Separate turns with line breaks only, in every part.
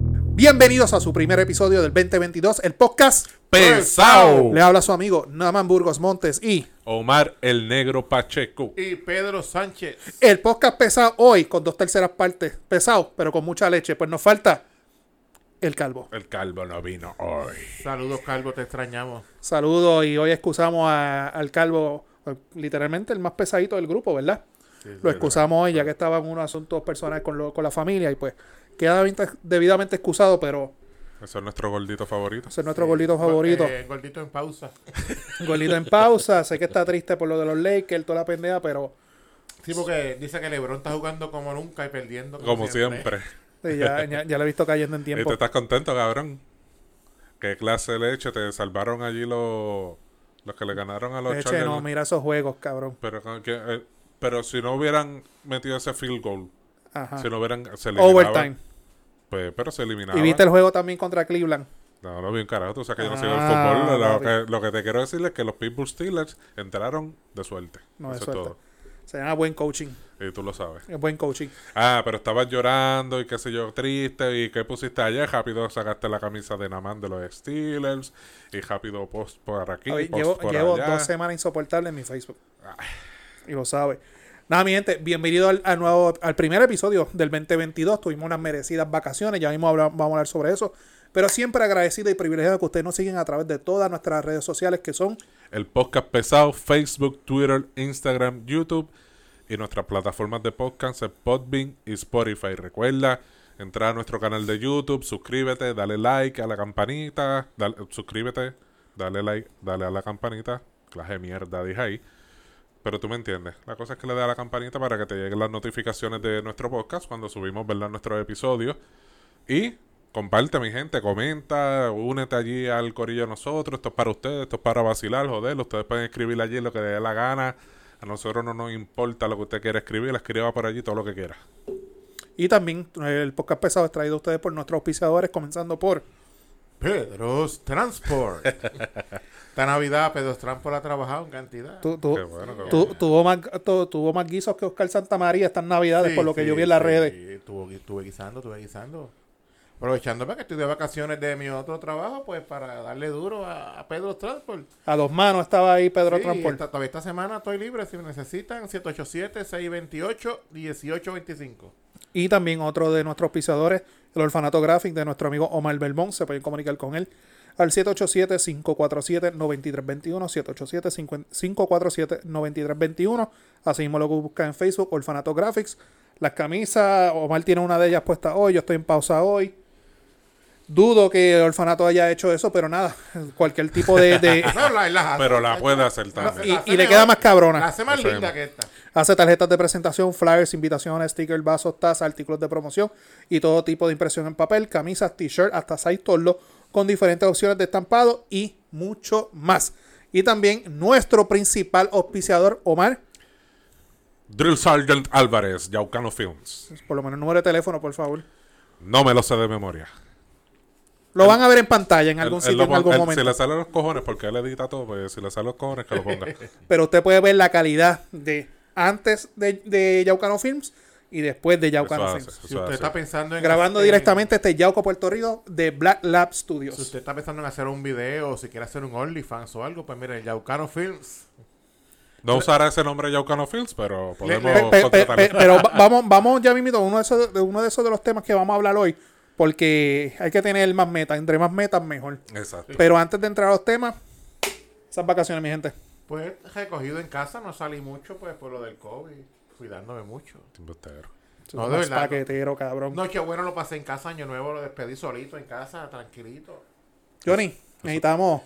Bienvenidos a su primer episodio del 2022, el podcast
Pensao.
Le habla su amigo Naman Burgos Montes y
Omar el Negro Pacheco.
Y Pedro Sánchez.
el podcast pesado hoy con dos terceras partes. Pesado, pero con mucha leche. Pues nos falta el calvo.
El calvo no vino hoy.
Saludos, Calvo, te extrañamos.
Saludos y hoy excusamos a- al calvo, eh, literalmente el más pesadito del grupo, ¿verdad? Lo excusamos hoy ya que estaba en unos asuntos personales con, lo- con la familia y pues queda debidamente- debidamente excusado, pero
Ese es nuestro gordito favorito.
ese es nuestro gordito favorito.
Eh, gordito en pausa.
Golito en pausa. Sé que está triste por lo de los Lakers, toda la pendeja, pero
Sí, porque dice que Lebron está jugando como nunca y perdiendo como,
Como siempre.
eh, ya, ya, ya lo he visto cayendo en
¿Y
tiempo.
tú estás contento, cabrón? ¿Qué clase de leche? Te salvaron allí los, los que le ganaron a los
Eche,
Chargers.
no, mira esos juegos, cabrón.
pero, con que- eh, pero si no hubieran metido ese field goal,
Ajá.
si no hubieran... Se eliminaban.
Ah. Overtime.
Pues, pero se eliminaban.
Y viste el juego también contra Cleveland.
No, no vi un carajo. Tú sabes que yo no sigo
Ah,
el fútbol. Lo
papi.
que, lo que te quiero decir es que los Pitbull Steelers entraron de suerte.
No, de
Eso
suerte.
es todo.
Se llama buen coaching.
Y tú lo sabes.
Es buen coaching.
Ah, pero estabas llorando y qué sé yo, triste. ¿Y qué pusiste allá? Rápido sacaste la camisa de Namán de los Steelers. Y rápido post por aquí,
Oye,
post
llevo
pues, por
llevo
allá.
dos semanas insoportables en mi Facebook. Y lo sabe. Nada, mi gente, bienvenido al, al nuevo, al primer episodio del 2022. Tuvimos unas merecidas vacaciones, ya mismo habla- vamos a hablar sobre eso. Pero siempre agradecido y privilegiado que ustedes nos siguen a través de todas nuestras redes sociales que son
El podcast pesado, Facebook, Twitter, Instagram, YouTube. Y nuestras plataformas de podcast en Podbean y Spotify. Recuerda entrar a nuestro canal de YouTube, suscríbete, dale like a la campanita. dale- suscríbete, dale like, dale a la campanita. Clase de mierda, dije ahí. Pero tú me entiendes. La cosa es que le dé a la campanita para que te lleguen las notificaciones de nuestro podcast cuando subimos, ¿verdad? Nuestros episodios. Y comparte, mi gente. Comenta, únete allí al corillo de nosotros. Esto es para ustedes, esto es para vacilar, joder. Ustedes pueden escribir allí lo que les dé la gana. A nosotros no nos importa lo que usted quiera escribir. Escriba por allí todo lo que quiera.
y también eh, el podcast pesado es traído a ustedes por nuestros auspiciadores, comenzando por
Pedro's Transport. Esta Navidad Pedro's Transport ha trabajado en cantidad.
tu- tu-
Qué bueno, qué
tu- tuvo, más, tu- tuvo más guisos que Oscar Santa María estas navidades,
Sí,
por lo que
sí,
yo vi en las
sí.
redes.
Estuvo- estuve guisando, estuve guisando. Aprovechando para que estoy de vacaciones de mi otro trabajo, pues para darle duro a, a Pedro's Transport.
A dos manos estaba ahí Pedro
Sí,
Transport.
esta- todavía esta semana estoy libre si me necesitan. 787-628-1825.
Y también otro de nuestros pisadores, el Orfanato Graphic de nuestro amigo Omar Belmont. Se pueden comunicar con él al 787-547-9321, 787-547-9321. Así mismo lo buscan en Facebook, Orfanato Graphics. Las camisas, Omar tiene una de ellas puesta hoy, yo estoy en pausa hoy. Dudo que el orfanato haya hecho eso, pero nada, cualquier tipo de... de-
No, la- las hace.
Pero la puede hacer también.
y-
hace
y le
mejor.
queda más cabrona.
La hace más
Eso
linda
mismo.
que esta.
Hace tarjetas de presentación, flyers, invitaciones, stickers, vasos, tazas, artículos de promoción y todo tipo de impresión en papel, camisas, t-shirts, hasta seis torlos con diferentes opciones de estampado y mucho más. Y también nuestro principal auspiciador, Omar,
Drill Sergeant Álvarez, Yaucano Films.
por lo menos el número de teléfono, por favor.
No me lo sé de memoria.
Lo van a ver en pantalla en
Él-
algún
él
sitio,
lo
en
pon-
algún
él-
momento.
Si le salen los cojones, porque él edita todo, pues si le salen los cojones, que lo ponga.
Pero usted puede ver la calidad de antes de, de Yaucano Films y después de
Eso
Yaucano
hace,
Films.
eso
Si usted
hace.
está pensando en.
Grabando
en-
directamente este Yauco Puerto Rico de Black Lab Studios.
Si usted está pensando en hacer un video o si quiere hacer un OnlyFans o algo, pues mire, Yaucano Films.
No usará ese nombre Yaucano Films, pero podemos
le-
Pe- pe-
contratarlo.
pe- pero va- vamos, vamos ya mismito, uno de esos, de uno de esos de los temas que vamos a hablar hoy, porque hay que tener más metas, entre más metas mejor.
Exacto.
Pero antes de entrar a los temas, esas vacaciones, mi gente.
Pues recogido en casa, no salí mucho, pues por lo del COVID, cuidándome mucho.
Embustero.
No,
Son
de
más
verdad, no.
paquetero, cabrón.
Noche bueno lo pasé en casa, año nuevo lo despedí solito en casa, tranquilito.
Johnny, necesitamos.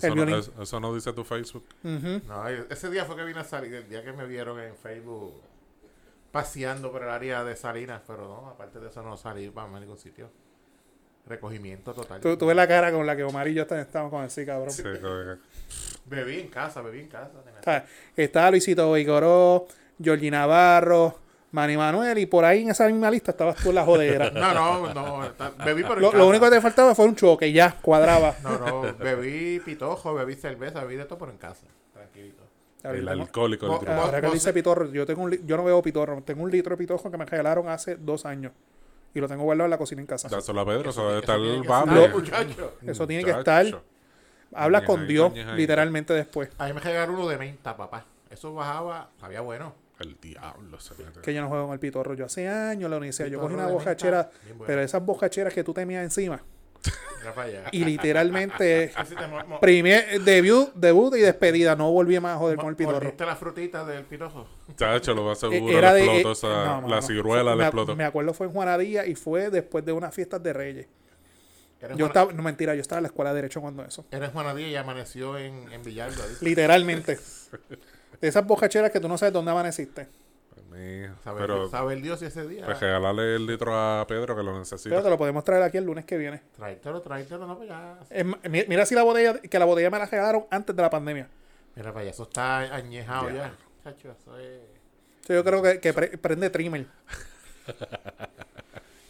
Eso,
violín.
no, eso- eso no dice tu Facebook.
Ujú.
No, e, ese día fue que vine a salir, el día que me vieron en Facebook paseando por el área de Salinas, pero no, aparte de eso no salí para más ningún sitio. Recogimiento total.
Tú, tú ves la cara con la que Omar y yo está- estamos con el sí, cabrón.
Sí, como que-
Bebí en casa, bebí en casa. nena.
Está, está Luisito Vigoró, Georgie Navarro, Manny Manuel, y por ahí en esa misma lista estabas tú en la jodera.
No, no, no, está- bebí pero en
lo,
casa.
lo único que te faltaba fue un choque, y ya, cuadraba.
No, no, bebí pitojo, bebí cerveza, bebí de todo, pero en casa, tranquilito.
el alcohólico.
Mo-
el
ah,
truco.
mo-
Ahora que
no
dice
sé.
pitorro, yo, tengo un li- yo no veo pitorro, tengo un litro de pitorro que me regalaron hace dos años. y lo tengo guardado en la cocina en casa.
Dáselo a Pedro, eso
tiene-
debe estar
tiene que
papi.
estar, muchacho.
Eso tiene que
Muchacho.
estar- Hablas
Ñaja
con
ahí,
Dios
ñaja ahí.
literalmente después.
A mí me regalaron uno de menta, papá. Eso bajaba, sabía bueno.
El diablo se mete.
Que yo no juego con el pitorro. Yo hace años, la universidad, yo cogí
Pitorro
una
de menta,
bocachera,
bien bueno.
pero esas bocacheras que tú tenías encima.
Mira para allá.
Y literalmente,
Así te mo- mo-
primer debut, debut y despedida. No volví más a joder con el pitorro.
Mordiste la frutita del pirozo.
Chacho, lo va
Eh,
seguro.
Era
le
de,
explotó
eh,
esa-
no, mano.
la ciruela,
me,
le
ac-
explotó.
Me acuerdo fue en Juanadía y fue después de unas fiestas de Reyes.
Era en
Yo
Juana-
estaba, no mentira, yo estaba en la escuela de Derecho cuando eso.
Era en Juanadía y amaneció en, en Villalba. ¿viste?
Literalmente. De esas bocacheras que tú no sabes dónde amaneciste.
Mijo,
Sabe,
Pero
sabe el Dios si ese día.
pues, regálale el litro a Pedro que lo
Pero
necesita.
te lo podemos traer aquí el lunes que viene.
Tráetelo, tráetelo, no pues para allá.
Es ma- mi- mira si la botella, que la botella me la regalaron antes de la pandemia.
Mira para allá, eso está añejado
Ya.
ya. Chacho, eso es.
O sea, yo creo que, que pre- prende trimmer.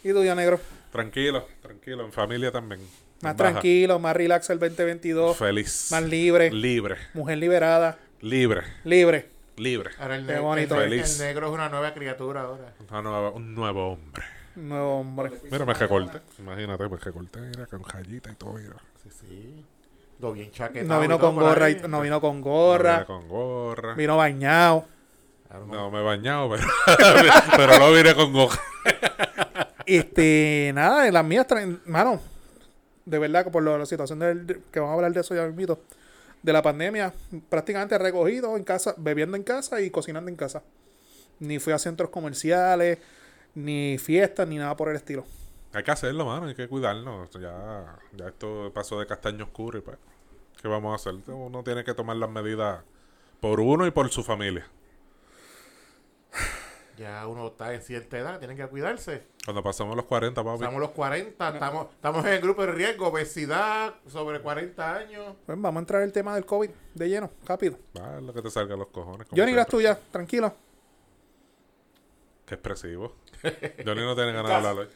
y tú, ya negro.
Tranquilo, tranquilo. En familia también.
Más
En baja.
tranquilo, más relax el 2022.
Feliz.
Más libre.
Libre.
Mujer liberada.
Libre.
Libre.
Libre.
Ahora el,
Qué
ne-
bonito.
el, ne-
Feliz.
el negro es una nueva criatura ahora.
Una nueva- un nuevo hombre.
Nuevo hombre.
Mira, me recorté. Imagínate, me recorté. Mira, con jallita y todo. Mira.
Sí, sí. Lo bien chaquetado.
No vino
todo
con
por
gorra.
ahí.
y- no vino con gorra.
Mira, Con gorra.
Vino bañado.
Claro,
No me he bañado, pero, pero no vine con gorra.
Este, nada, las mías traen, mano, de verdad que por lo- la situación del- de- que vamos a hablar de eso ya mismito, de la pandemia, prácticamente recogido en casa, bebiendo en casa y cocinando en casa. Ni fui a centros comerciales, ni fiestas, ni nada por el estilo.
Hay que hacerlo, mano. Hay que cuidarnos. Ya, ya esto pasó de castaño oscuro y pues. ¿Qué vamos a hacer? Uno tiene que tomar las medidas por uno y por su familia.
Ya uno está en cierta edad, tienen que cuidarse.
Cuando pasamos los 40, papi.
Estamos los 40, estamos, estamos en el grupo de riesgo, obesidad, sobre 40 años.
Pues vamos a entrar el tema del COVID de lleno, rápido.
Ah, lo que te salga a los cojones. como
Johnny, las
siempre.
tuyas, tranquilo.
Qué expresivo. Johnny no tiene ganas de hablar hoy.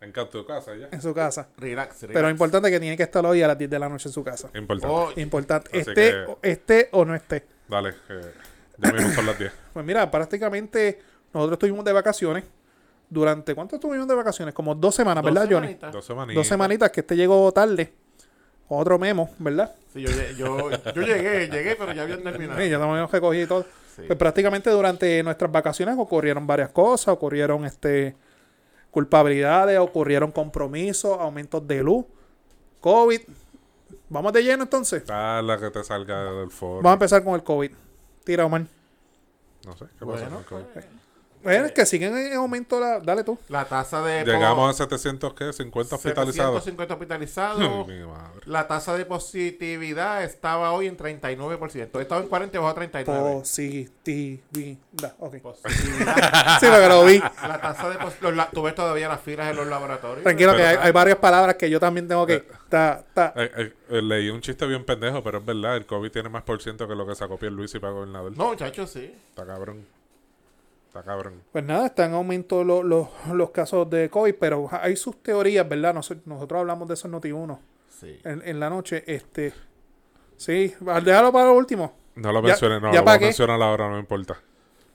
En ca- tu casa ya.
En su casa.
Relax, relax.
Pero importante que tiene que estar hoy a las 10 de la noche en su casa.
Importante.
Oh,
Importante.
Así
Esté,
que-
o- esté o no esté.
Dale. eh, ya mismo son las 10.
Pues mira, prácticamente nosotros estuvimos de vacaciones. ¿Durante cuánto estuvimos de vacaciones? Como dos semanas,
dos
¿verdad, Johnny?
semanitas.
Dos semanitas.
Dos semanitas que este llegó tarde. Otro memo, ¿verdad?
Sí, yo, lle- yo, yo llegué, llegué, pero ya habían terminado.
Sí, ya también hemos recogido y todo.
Ah. Sí.
Pues prácticamente durante nuestras vacaciones ocurrieron varias cosas, ocurrieron este culpabilidades, ocurrieron compromisos, aumentos de luz, COVID. Vamos de lleno entonces.
Ah, la que te salga del foro.
Vamos a empezar con el COVID. Tira, Omar.
No sé. ¿Qué pasa?
Bueno,
Ok.
pues,
Bueno, es que siguen en aumento la... Dale tú.
la tasa de... po-
Llegamos a 700, ¿qué? 50 hospitalizados.
750
Ay,
hospitalizados.
Mi madre.
La tasa de positividad estaba hoy en 39%. Estaba en 40 y bajó a 39.
Positividad. Ok.
Positividad.
Sí, lo que lo vi.
la tasa de pos- los la- Tú ves todavía las filas en los laboratorios.
Tranquilo, que
Pero-
hay, hay varias palabras que yo también tengo que. Ta, ta.
Eh, eh, eh, leí un chiste bien pendejo, pero es verdad. El COVID tiene más por ciento que lo que sacó Luis y para gobernador.
No, muchachos, sí.
Está cabrón. Está cabrón.
Pues nada, están en aumento lo- lo- los casos de COVID, pero hay sus teorías, ¿verdad? Nos- nosotros hablamos de eso en Noti1
Sí.
en, en la noche. este Sí, va- déjalo para lo último.
No lo
Ya-
mencioné,
ya
no lo voy a
pagué.
mencionar ahora, no me importa.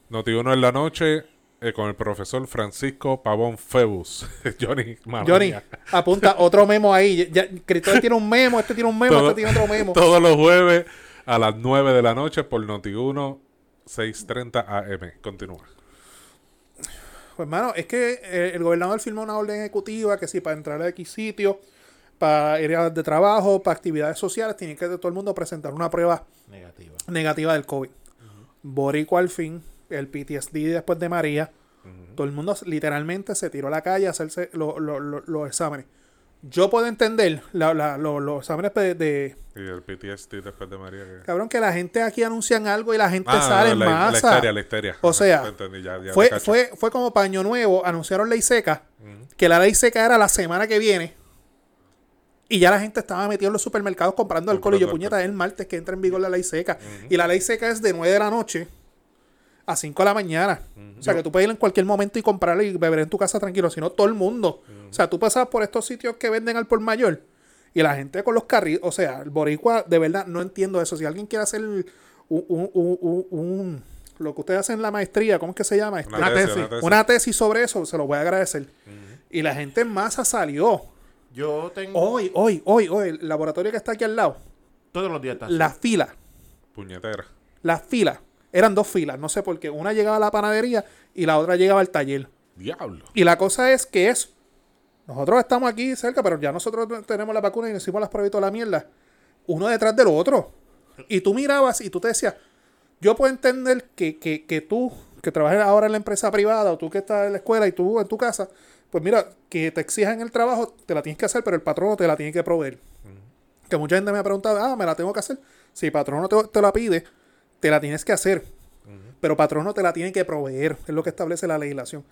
Noti uno en la noche eh, con el profesor Francisco Pavón Febus. Johnny, madre
Johnny,
mía.
apunta otro memo ahí. Ya, ya- Cristóbal tiene un memo, este tiene un memo,
Todo-
este tiene otro memo.
Todos los jueves a las 9 de la noche por Noti 1, 6:30 AM. Continúa.
Pues, hermano, es que eh, el gobernador firmó una orden ejecutiva que si para entrar a X sitio, para áreas de trabajo, para actividades sociales, tiene que todo el mundo presentar una prueba
Negativa.
negativa del COVID. Boricua al fin, el PTSD después de María. Todo el mundo s- literalmente se tiró a la calle a hacerse lo- lo- lo- los exámenes. Yo puedo entender la- la- lo- los exámenes de, de-
Y el PTSD después de María. que-
Cabrón, que la gente aquí anuncian algo y la gente
Ah,
sale
no,
en
la, la
masa.
histeria, la histeria.
O sea,
Te entendí, ya- ya te
fue,
cacho.
fue, fue como paño nuevo, anunciaron ley seca, que la ley seca era la semana que viene, y ya la gente estaba metida en los supermercados comprando alcohol, y yo,
Comprando
puñeta, es el martes que entra en vigor la ley seca, y la ley seca es de 9 de la noche a 5 de la mañana, o sea, que tú puedes ir en cualquier momento y comprarlo y beber en tu casa tranquilo, sino todo el mundo, o sea, tú pasas por estos sitios que venden al por mayor, y la gente con los carriles, o sea, el boricua, de verdad, no entiendo eso, si alguien quiere hacer un- un- un- un- un lo que ustedes hacen en la maestría, ¿cómo es que se llama? Este,
Una tesis.
una tesis sobre eso, se lo voy a agradecer. Y la gente en masa salió.
Yo tengo.
Hoy, hoy, hoy, hoy, el laboratorio que está aquí al lado,
Todos los días está. así.
la fila,
Puñetera.
la fila, eran dos filas, no sé por qué. Una llegaba a la panadería y la otra llegaba al taller.
Diablo.
Y la cosa es que es, nosotros estamos aquí cerca, pero ya nosotros t- tenemos la vacuna y nos hicimos las pruebas y toda la mierda, uno detrás del otro. Y tú mirabas y tú te decías, yo puedo entender que, que, que tú, que trabajas ahora en la empresa privada o tú que estás en la escuela y tú en tu casa, pues mira, que te exijan el trabajo, te la tienes que hacer, pero el patrono te la tiene que proveer. Que mucha gente me ha preguntado, ah, me la tengo que hacer. Si el patrono te, te la pide, te la tienes que hacer. Pero patrono te la tiene que proveer, es lo que establece la legislación.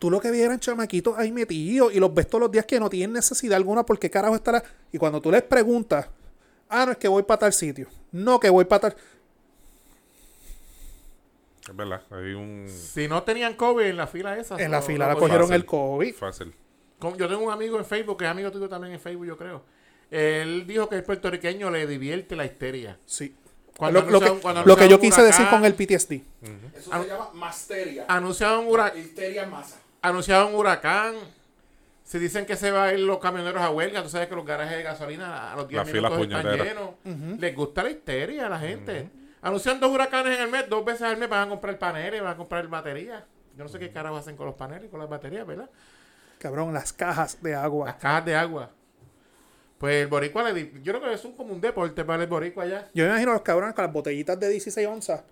Tú lo que vieran chamaquitos ahí metidos y los ves todos los días que no tienen necesidad alguna porque carajo estará. Y cuando tú les preguntas, ah, no es que voy para tal sitio, no que voy para tal.
Es verdad. Hay un.
Si no tenían COVID en la fila esa.
En la
Ah, no-
fila
no pues,
la
podían.
cogieron el COVID.
Fácil.
Ah,
Como- Yo tengo un amigo en Facebook, que es amigo tuyo también en Facebook, yo creo. Él dijo que el puertorriqueño le divierte la histeria.
Sí.
Cuando
lo, lo
anunciaron-
que,
cuando
lo que
anunciaron
yo
un
quise decir
huracán,
con el PTSD.
Eso se llama masteria.
Anunciaron un, hura-
Histeria en masa.
anunciaron un huracán. Si dicen que se van a ir los camioneros a huelga, tú sabes que los garajes de gasolina a los 10
La fila
minutos están
puñetera.
llenos. Les gusta la histeria a la gente. Anuncian dos huracanes en el mes, dos veces al mes van a comprar paneles, van a comprar baterías. Yo no sé qué carajo hacen con los paneles, y con las baterías, ¿verdad?
Cabrón, las cajas de
Las
agua.
cajas de agua. Pues el boricua le di- Yo creo que es un, como un deporte para el boricua allá.
Yo me imagino a los cabrones con las botellitas de 16 onzas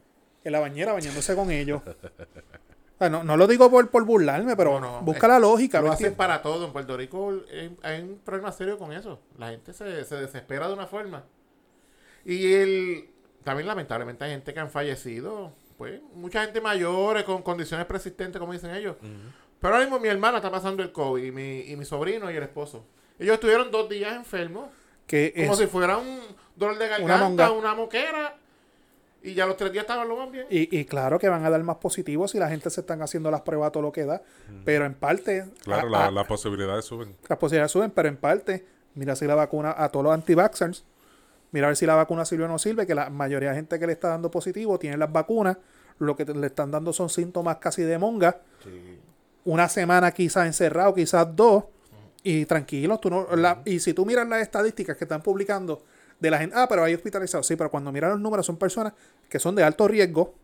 en la bañera bañándose con ellos. O sea, no, no lo digo por, por burlarme, pero
No, no,
busca la lógica.
lo
¿me
hacen
entiendes?
para todo. En Puerto Rico eh, hay un problema serio con eso. La gente se, se desespera de una forma. Y el, también lamentablemente hay gente que han fallecido. Pues mucha gente mayor, eh, con condiciones persistentes, como dicen ellos. Pero ahora mismo mi hermana está pasando el COVID y mi, y mi sobrino y el esposo. Ellos estuvieron dos días enfermos,
Que
como
es-
si fuera un dolor de
monga.
garganta, una, moquera. Y ya los tres días estaban lo más bien.
Y, y claro que van a dar más positivos si la gente se están haciendo las pruebas a todo lo que da. Pero en parte,
Claro,
a-
la-
a-
las posibilidades suben.
las posibilidades suben, pero en parte, mira si la vacuna a todos los anti-vaxxers, mira a ver si la vacuna sirve o no sirve, que la mayoría de gente que le está dando positivo tiene las vacunas, lo que te- le están dando son síntomas casi de monga, una semana quizás encerrado, quizás dos, y tranquilos, tú no, la- y si tú miras las estadísticas que están publicando de la gente, ah, pero hay hospitalizados, sí, pero cuando miras los números son personas que son de alto riesgo,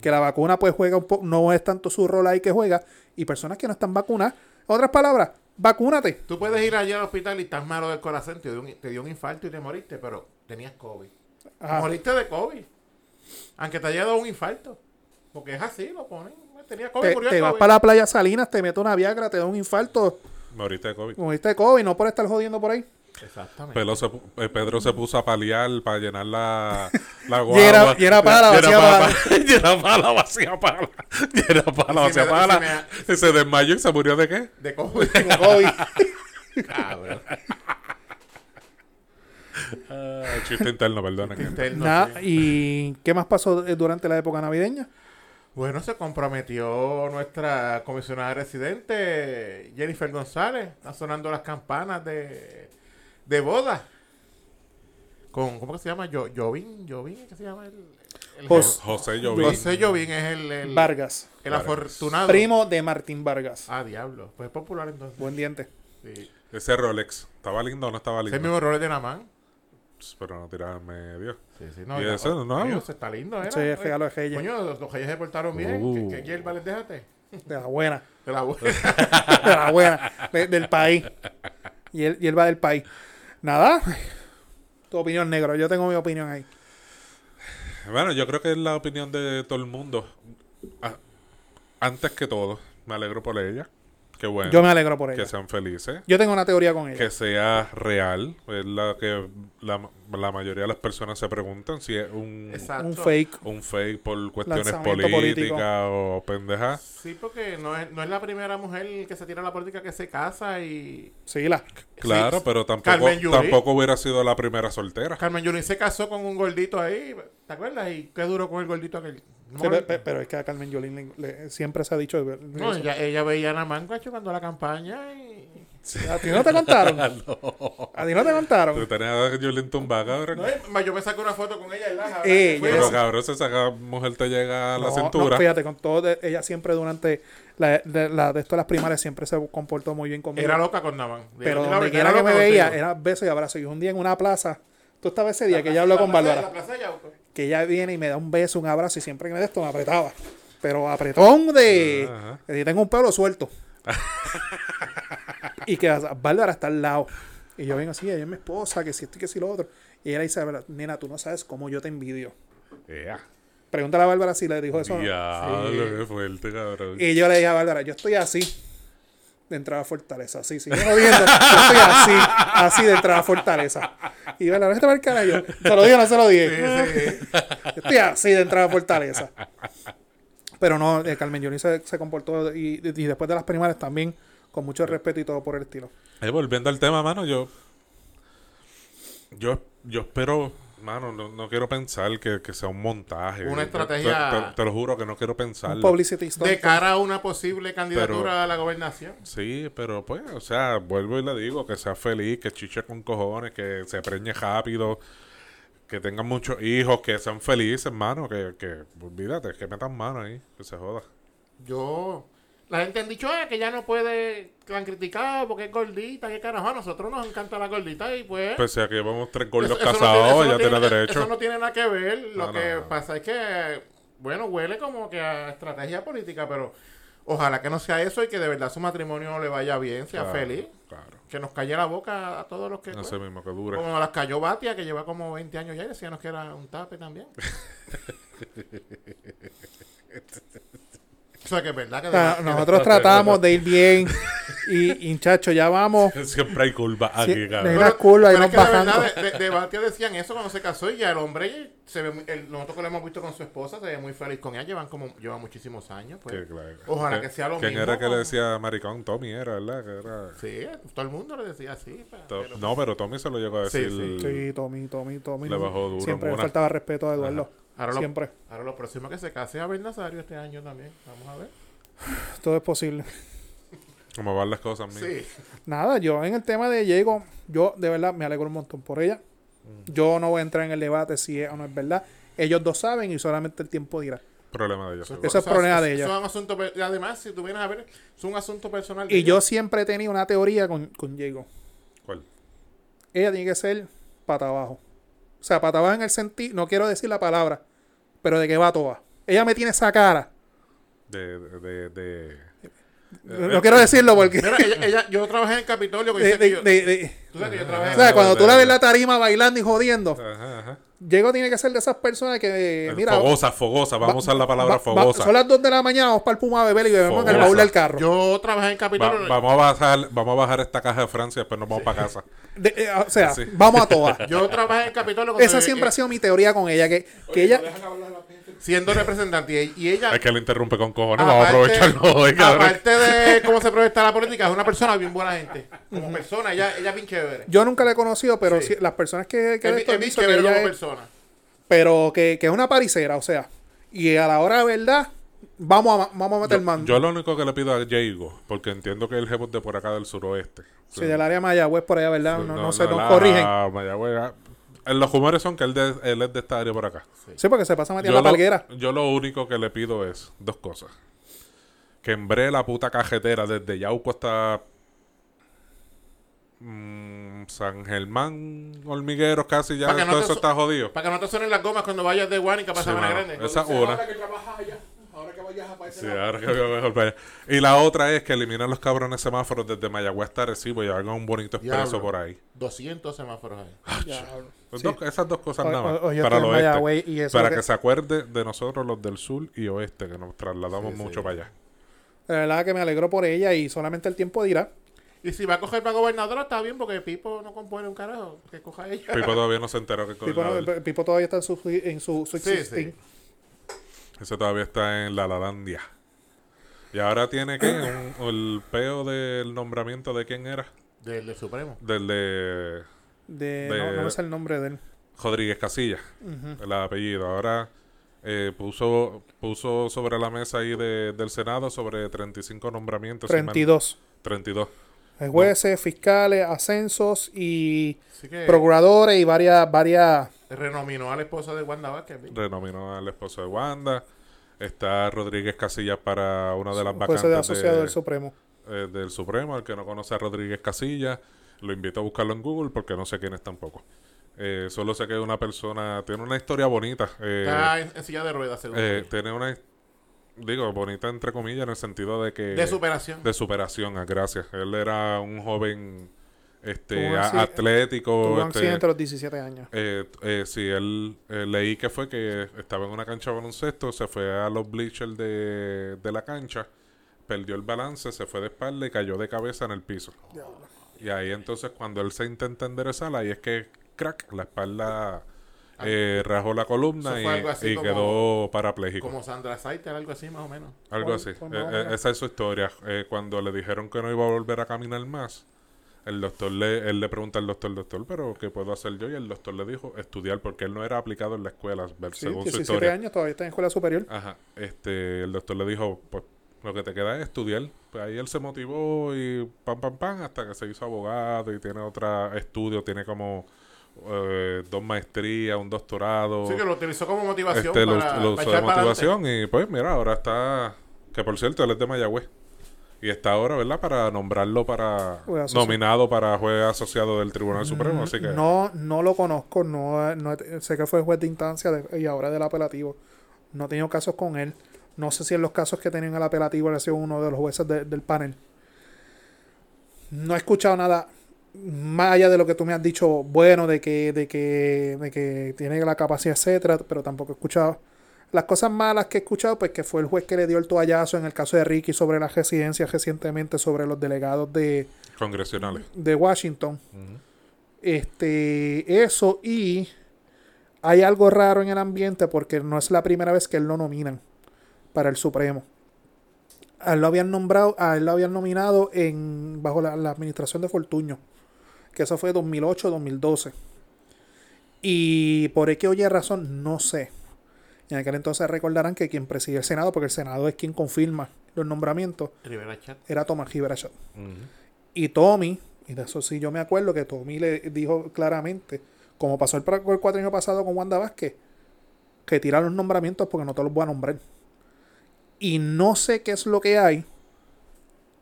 que la vacuna pues juega un poco, no es tanto su rol ahí que juega, y personas que no están vacunadas, otras palabras, vacúnate.
Tú puedes ir allá al hospital y estás malo del corazón, te dio un, te dio un infarto y te moriste, pero tenías COVID.
Ajá.
Moriste de COVID. Aunque te haya dado un infarto. Porque es así, lo ponen. Tenía COVID,
te,
murió de
te vas
COVID.
para la playa Salinas, te metes una Viagra, te da un infarto,
Me ahorita de COVID.
moriste de COVID, no por estar jodiendo por ahí.
Exactamente.
Pelo se pu- eh, Pedro se puso a paliar para llenar la, la
Y era-
guagua.
y era pala, vacía pala.
Y era pala, vacía pala. Y era pala,
Y si
vacía
me-
pala.
y
Y se desmayó y se murió de qué?
De COVID.
De COVID.
Cabrón. Ah.
El chiste interno, perdona. que-
Interno,
Nah,
sí.
¿Y qué más pasó eh, durante la época navideña?
Bueno, se comprometió nuestra comisionada residente, Jennifer González. Están sonando las campanas de, de boda. Con, ¿Cómo que se llama? Jo- Jovín. Jovín, ¿qué se llama? El, el-
Jos-
José Llovín.
José Jovín es el, el,
Vargas,
el
Vargas.
afortunado.
primo de Martín Vargas.
Ah, diablo. Pues es popular entonces.
Buen diente.
Sí.
Ese Rolex. ¿Estaba lindo o no estaba
Ese es el
lindo?
mismo rol de Namán.
Pero no tiraba en medio.
Sí, sí, no.
Y
ya-
ese no, no.
Coño, ese está lindo, ¿eh?
Ese es regalo de Reyes.
Coño, los, los Reyes se portaron bien.
Uh.
¿Qué, qué hierba les déjate?
De la buena.
De la abuela.
De la buena. de- del país. Y él, y él va del país. Nada. Tu opinión, negro. Yo tengo mi opinión ahí.
Bueno, yo creo que es la opinión de todo el mundo. A- Antes que todo, me alegro por ella. Qué bueno.
Yo me alegro por ella.
que sean felices.
Yo tengo una teoría con ella.
que sea real. Es la que la, la mayoría de las personas se preguntan si es un,
Exacto.
Un fake.
un fake por cuestiones
Lanzamiento político.
políticas o pendejas.
Sí, porque no es, no es la primera mujer que se tira a la política que se casa y...
Sí, la.
Claro,
Sí.
pero tampoco,
Carmen Yulín.
tampoco hubiera sido la primera soltera.
Carmen Yulín se casó con un gordito ahí, ¿te acuerdas? Y qué duro con el gordito aquel. No,
Sí,
me
pe-
acuerdo.
pe- pero es que a Carmen Yolín le- le- siempre se ha dicho.
No,
eso.
ella, ella veía a Namán cacho, cuando la campaña y...
A ti no te contaron. A ti no te
Tú
contaron.
tenías a Jolinton va, cabrón.
No, eh, ma, yo me saco una foto con ella en la jabra.
Eh,
Fue-
Pero
Yes.
cabrón, se saca mujer te llega a la
No,
cintura.
no, fíjate, con todo, de- ella siempre durante la, de, la- de esto de las primarias siempre se comportó muy bien conmigo.
Era loca con Naman.
Pero
Era
donde
loca
quiera que me
contigo.
veía, era beso y abrazo. Y un día en una plaza, tú estabas ese día que ella habló
La
con
plaza- la
Bárbara,
plaza de Yauco.
que ella viene y me da un beso, un abrazo, y siempre que me da esto me apretaba. Pero apretón de.
Ajá.
de si tengo un pelo suelto. y que Bárbara está al lado. Y yo vengo así, ella es mi esposa, que si esto y que si lo otro. Y ella dice, nena, tú no sabes cómo yo te envidio.
Ea.
Pregúntale a Bárbara si le dijo eso. o no.
Diablo, qué fuerte, cabrón.
Y yo le dije a Bárbara, yo estoy así de entrada a Fortaleza. Así, sigue jodiendo. Yo estoy así, así de entrada a Fortaleza. Y Bárbara, ¿este va el carajo? Se lo dije o no se lo dije. Yo estoy así de entrada a Fortaleza. Pero no, eh, Carmen Yulín se, se comportó y, y después de las primarias también con mucho respeto y todo por el estilo.
Eh, volviendo al tema, mano, yo. Yo, yo espero, mano, no, no quiero pensar que, que sea un montaje. Te-
Una estrategia-
Te, te- te lo juro que no quiero
Un
pensarlo.
publicity stunt.
De cara a una posible candidatura
Pero-
a la gobernación.
Sí, pero pues, o sea, vuelvo y le digo que sea feliz, que chiche con cojones, que se preñe rápido, que tengan muchos hijos, que sean felices, mano, que, que olvídate, que metan mano ahí, que se joda.
Yo. La gente han dicho "Ah, que ya no puede. Que la han criticado porque es gordita. ¿Qué carajo? A nosotros nos encanta la gordita y pues.
Pese a que llevamos tres
eso-
gordos
eso no
casados,
tiene- eso no
ya tiene derecho.
Eso no tiene nada que ver. Lo
No,
que
no, no.
pasa es que. Bueno, huele como que a estrategia política, pero. Ojalá que no sea eso y que de verdad su matrimonio le vaya bien, sea
Claro,
feliz.
Claro,
Que nos calle la boca a todos los que.
no sé mismo que dure.
Como las cayó Batia, que lleva como 20 años ya y decíamos que era un tape también. o sea, que es verdad que...
O sea, nosotros tratamos de ir bien y, y chacho, ya vamos.
Siempre hay culpa
Sí,
aquí, cabrón.
de la curva, ahí
pero
nos
es que de
bajando.
verdad, de, de- de Batia decían eso cuando se casó y ya el hombre, se ve, muy- el- nosotros que lo hemos visto con su esposa, se ve muy feliz con ella, llevan como llevan muchísimos años. Pues.
Que, claro.
Ojalá que sea lo
¿Quién
mismo
era que
con-
le decía maricón? Tommy era, ¿verdad? Que era...
Sí, todo el mundo le decía así. pa-
To-
pero-
No, pero Tommy se lo llegó a
Sí,
decir.
sí.
Sí, Tommy, Tommy, Tommy.
Le bajó duro,
Siempre le
mona.
faltaba respeto a Eduardo.
Ahora lo-
Siempre.
Ahora lo próximo que se case es Abel Nazario este año también. Vamos a ver.
Todo es posible.
Como van las cosas, mío.
Sí.
Nada, yo en el tema de Diego, yo de verdad me alegro un montón por ella. Yo no voy a entrar en el debate si es o no es verdad. Ellos dos saben y solamente el tiempo dirá.
Problema de ellos.
Eso,
seguro.
Eso es problema de
ellos
ella.
Son asuntos, per- y además, si tú vienes a ver, es un asunto personal. de
Y yo
ella.
siempre he tenido una teoría con, con Diego.
¿Cuál?
Ella tiene que ser pata abajo. O sea, pata abajo en el sentido, no quiero decir la palabra, pero de que va toda. Ella me tiene esa cara.
De, de, de, de-
Eh,
No, no quiero decirlo porque...
Mira, ella, ella- yo trabajé en el Capitolio. Que
de-
dice que
de-
yo,
de- de-
tú sabes que yo
o
Ah,
trabajé
sea,
en
cuando tú la
de-
ves la tarima bailando y jodiendo,
Ajá, ajá.
Diego tiene que ser de esas personas que...
Eh,
mira,
fogosa, fogosa. Vamos a usar la palabra
Va- va-
fogosa.
son las 2 de la mañana, vamos para el Puma a beber y bebemos en el
Fogosa.
baúl del carro.
Yo trabajé en el
Va-
Capitolio.
vamos, a bajar, vamos a bajar esta caja de Francia, después nos vamos para casa.
De- eh, o sea,
Sí.
vamos a todas.
yo trabajé en el Capitolio. cuando
Esa
yo-
siempre
eh,
ha sido mi teoría con ella, que, que ella...
No dejan hablar a la gente.
Siendo representante. Y, y ella.
Es que le interrumpe con cojones. vamos a
aparte-
aprovecharlo hoy, cabrón.
Aparte de cómo se proyecta la política, es una persona bien buena gente. Como persona, ella, ella es bien chévere.
Yo nunca la he conocido, pero
Sí.
sí- las personas que, que
Es
he
bien-
visto,
es
han
bien
dicho que
chévere
ella
como
es-
persona.
pero que, que es una paricera, o sea. Y a la hora de verdad, vamos a, ma- vamos a meter
Yo,
mano.
yo lo único que le pido a Diego, porque entiendo que el jefe de por acá del suroeste.
Sí, del área de Mayagüez por allá, ¿verdad? No, no sé, no,
la-
corrigen.
Mayagüez, ah, eh, los rumores son que él, de- él es de esta área por acá.
Sí, porque se pasa metiendo
Yo
la
lo,
palguera.
yo lo único que le pido es dos cosas. Que embre la puta cajetera desde Yauco hasta mm, San Germán, Hormigueros casi, ya
Pa' que no
todo
te
eso
so-
está jodido.
Para que no te suenen las gomas cuando vayas de Guanica para
Sí,
Sabana
mano,
Grande.
Esa es una.
Ahora que trabajas allá, ahora que vayas a países
Sí, ahora que veo mejor para allá. Y la otra es que eliminan los cabrones semáforos desde Mayagüez hasta Arecibo y hagan un bonito expreso
Diablo.
por ahí.
200 semáforos ahí.
Pues dos- esas dos cosas
O-
nada más.
o- o yo
para
estoy en
el oeste.
Mayagüez y eso
para
que-
que... se acuerde de nosotros los del sur y oeste, que nos trasladamos
Sí,
mucho
sí.
para allá.
De verdad que me alegro por ella y solamente el tiempo dirá.
Y si va a coger para gobernadora, está bien, porque Pipo no compone un carajo. Que coja ella.
Pipo todavía no se enteró que
Pipo, no-
Coronel-
Pipo todavía está en su, en su, su
Sí, sí.
existing.
Ese todavía está en la Lalandia. Y ahora tiene que un- el peo del nombramiento de quién era.
Del, del Supremo.
Del de
De,
De-
No, no me sé el nombre de él.
Rodríguez Casilla, el apellido. Ahora eh, puso puso sobre la mesa ahí de- del Senado sobre 35 nombramientos. si mal-
32.
32.
eh, jueces, fiscales, ascensos y
Así
Eh.
que
procuradores y varias, varias.
Ah,
renominó a la esposa de Wanda Vázquez. ¿viste?
Renominó al esposo de Wanda. Está Rodríguez Casillas para una de las
jueces de
vacantes
asociado del
de-
Supremo.
eh, del Supremo, el que no conoce a Rodríguez Casillas, lo invito a buscarlo en Google porque no sé quién es tampoco. Eh, solo sé que es una persona, tiene una historia bonita. eh,
Está en, en silla de ruedas, según
eh,
ella.
tiene una, digo, bonita entre comillas en el sentido de que...
De superación.
de superación, ah, gracias. Él era un joven este,
Tuvo un
a-
acci-
atlético.
Tuvo un
este,
accidente a los 17 años.
eh, eh, sí, él eh, leí que fue que estaba en una cancha de baloncesto, se fue a los bleachers de, de la cancha, perdió el balance, se fue de espalda y cayó de cabeza en el piso. Y ahí entonces cuando él se intenta enderezar, ahí es que crack, la espalda eh, rajó la columna
Ah. Eso
y,
fue algo así
y
como-
quedó parapléjico.
Como Sandra Saiter, algo así más o menos.
Algo
Fue-
así.
fue
Eh,
más o
eh,
menos.
esa es su historia. Eh, cuando le dijeron que no iba a volver a caminar más, el doctor le, él le pregunta al doctor, doctor, pero ¿qué puedo hacer yo? Y el doctor le dijo, estudiar, porque él no era aplicado en la escuela, ver-
Sí,
según su
17
historia.
años, todavía está en escuela superior.
Ajá. Este, el doctor le dijo, pues lo que te queda es estudiar. Pues ahí él se motivó y pam, pam, pam, hasta que se hizo abogado y tiene otra estudio, tiene como eh, dos maestrías, un doctorado
Así que lo utilizó como motivación
Oh. este, lo,
para,
lo
para
usó de
echar para adelante.
motivación y pues mira, ahora está, que por cierto, él es de Mayagüez. Y está ahora, ¿verdad? Para nombrarlo para...
Juez asociado. Mm,
nominado para juez asociado del Tribunal Supremo, así que...
No, no lo conozco, no, no he- sé que fue juez de instancia de- y ahora del apelativo. No he tenido casos con él. No sé si en los casos que tenían al apelativo él ha sido uno de los jueces de- del panel. No he escuchado nada más allá de lo que tú me has dicho, bueno, de que, de que, de que tiene la capacidad, etcétera, pero tampoco he escuchado. Las cosas malas que he escuchado, pues que fue el juez que le dio el toallazo en el caso de Ricky sobre las residencias recientemente, sobre los delegados de,
Congresionales.
de Washington. Este, eso y hay algo raro en el ambiente porque no es la primera vez que él lo nominan para el Supremo. A él lo habían nombrado, a él lo habían nominado en bajo la, la administración de Fortuño, que eso fue 2008-2012. Y por X o Y razón no sé. En aquel entonces recordarán que quien preside el Senado, porque el Senado es quien confirma los nombramientos,
Rivera Chat.
era Tomás Gibrachat.
Ujú.
Y Tommy, y de eso sí yo me acuerdo que Tommy le dijo claramente, como pasó el, pra- el cuatrienio pasado con Wanda Vázquez, que tira los nombramientos porque no te los voy a nombrar. Y no sé qué es lo que hay,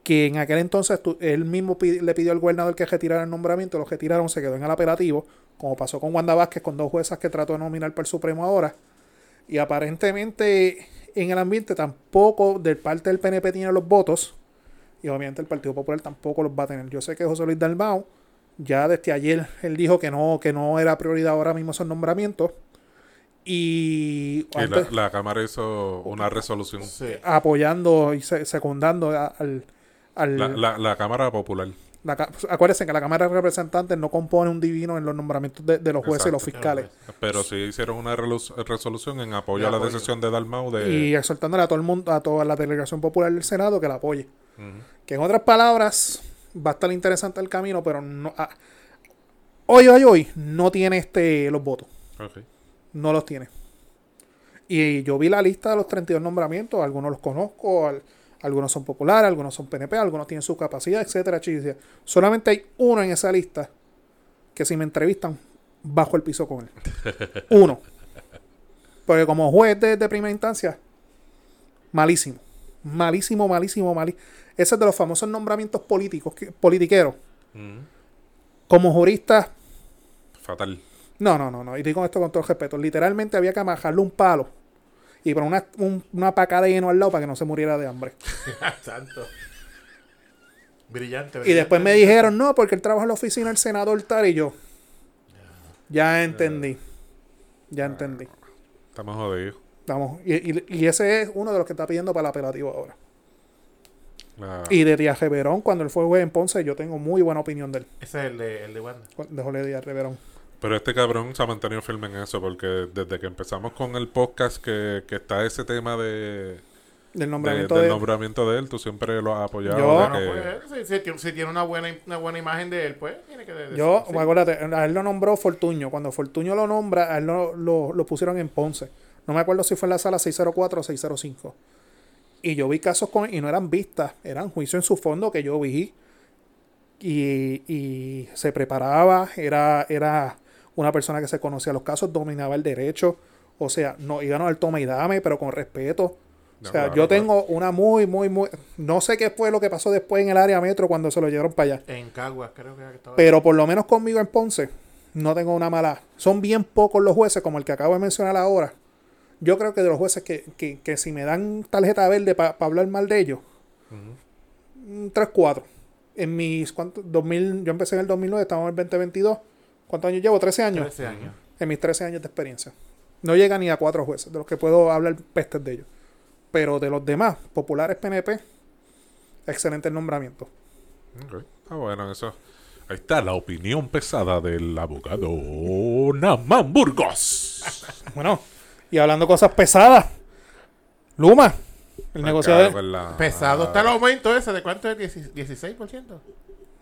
que en aquel entonces tú- él mismo pi- le pidió al gobernador que retirara el nombramiento, lo retiraron, se quedó en el apelativo, como pasó con Wanda Vázquez, con dos juezas que trató de nominar para el Supremo ahora. Y aparentemente en el ambiente tampoco del parte del PNP tiene los votos. Y obviamente el Partido Popular tampoco los va a tener. Yo sé que José Luis Dalmau, ya desde ayer, él dijo que no, que no era prioridad ahora mismo esos nombramientos. Y,
Y la,
antes-
la Cámara hizo una resolución.
Sí.
Ah, apoyando y se- secundando a- al... al-
La, la- la Cámara Popular.
la ca- pues, acuérdense que la Cámara de Representantes no compone un divino en los nombramientos de, de los jueces y los
Exacto.
fiscales.
Pero sí hicieron una relu- resolución en apoyo
De
a la
apoyo.
decisión de Dalmau pues. de...
Y exhortándole a todo el mundo, a toda la delegación popular del Senado que la apoye.
Ujú.
Que en otras palabras, va a estar interesante el camino, pero no... ah, hoy, hoy, hoy, no tiene este los votos.
Ok.
No los tiene. Y yo vi la lista de los 32 nombramientos, algunos los conozco, al- algunos son populares, algunos son PNP, algunos tienen su capacidad, etcétera, chis. Solamente hay uno en esa lista que si me entrevistan, bajo el piso con él. Uno. Porque como juez de, de primera instancia, malísimo. Malísimo, malísimo, malísimo. Ese es de los famosos nombramientos políticos, que- politiqueros.
Ujú.
Como juristas,
Fatal.
no, no, no, no. Y digo esto con todo respeto. Literalmente había que amajarle un palo y poner una, un- una paca de heno al lado para que no se muriera de hambre.
Santo. Brillante,
Y después me
brillante.
dijeron, no, porque él trabaja en la oficina del senador tal y yo. Ya entendí.
Ah,
Ya entendí.
Estamos jodidos.
Vamos. Y, y- y ese es uno de los que está pidiendo para el apelativo ahora.
La-
Y de Díaz Reverón, cuando él fue juez en Ponce, yo tengo muy buena opinión de él.
Ese es el de, el de Wanda.
De Jorge Díaz Reverón.
Pero este cabrón se ha mantenido firme en eso, porque desde que empezamos con el podcast que, que está ese tema de,
Del
de-
nombramiento
del
de,
nombramiento de él, tú siempre lo has apoyado.
Yo-
de
Bueno,
Ah, que-
pues, si, si tiene- si tiene una buena, una buena imagen de él, pues tiene que. de-
Yo,
sí.
acuérdate, a él lo nombró Fortuño. Cuando Fortuño lo nombra, a él lo, lo- lo pusieron en Ponce. No me acuerdo si fue en la sala 604 o 605. Y yo vi casos con y no eran vistas, eran juicios en su fondo que yo vi. y, y se preparaba, era, era una persona que se conocía los casos, dominaba el derecho, o sea, no íbamos al toma y dame, pero con respeto. O
No,
sea,
claro,
yo
claro.
tengo una muy, muy, muy... No sé qué fue lo que pasó después en el área metro cuando se lo llevaron para allá.
En Caguas, creo que era que estaba.
Pero por lo menos conmigo en Ponce, no tengo una mala. Son bien pocos los jueces, como el que acabo de mencionar ahora. Yo creo que de los jueces que, que- que si me dan tarjeta verde para hablar mal de ellos, mm, tres, cuatro. En mis, ¿cuánto? 2000, yo empecé en el 2009, estamos en el 2022. ¿Cuántos años llevo? 13 años.
13 años.
En mis 13 años de experiencia. No llega ni a cuatro jueces, de los que puedo hablar pestes de ellos. Pero de los demás, populares PNP, excelente el nombramiento.
Ok. Ah, bueno, eso. Ahí está la opinión pesada del abogado Namán Burgos.
Bueno, y hablando cosas pesadas. Luma, el negocio de...
Cago en pues la-
Pesado está el aumento ese. ¿De cuánto es? Dieci- 16%.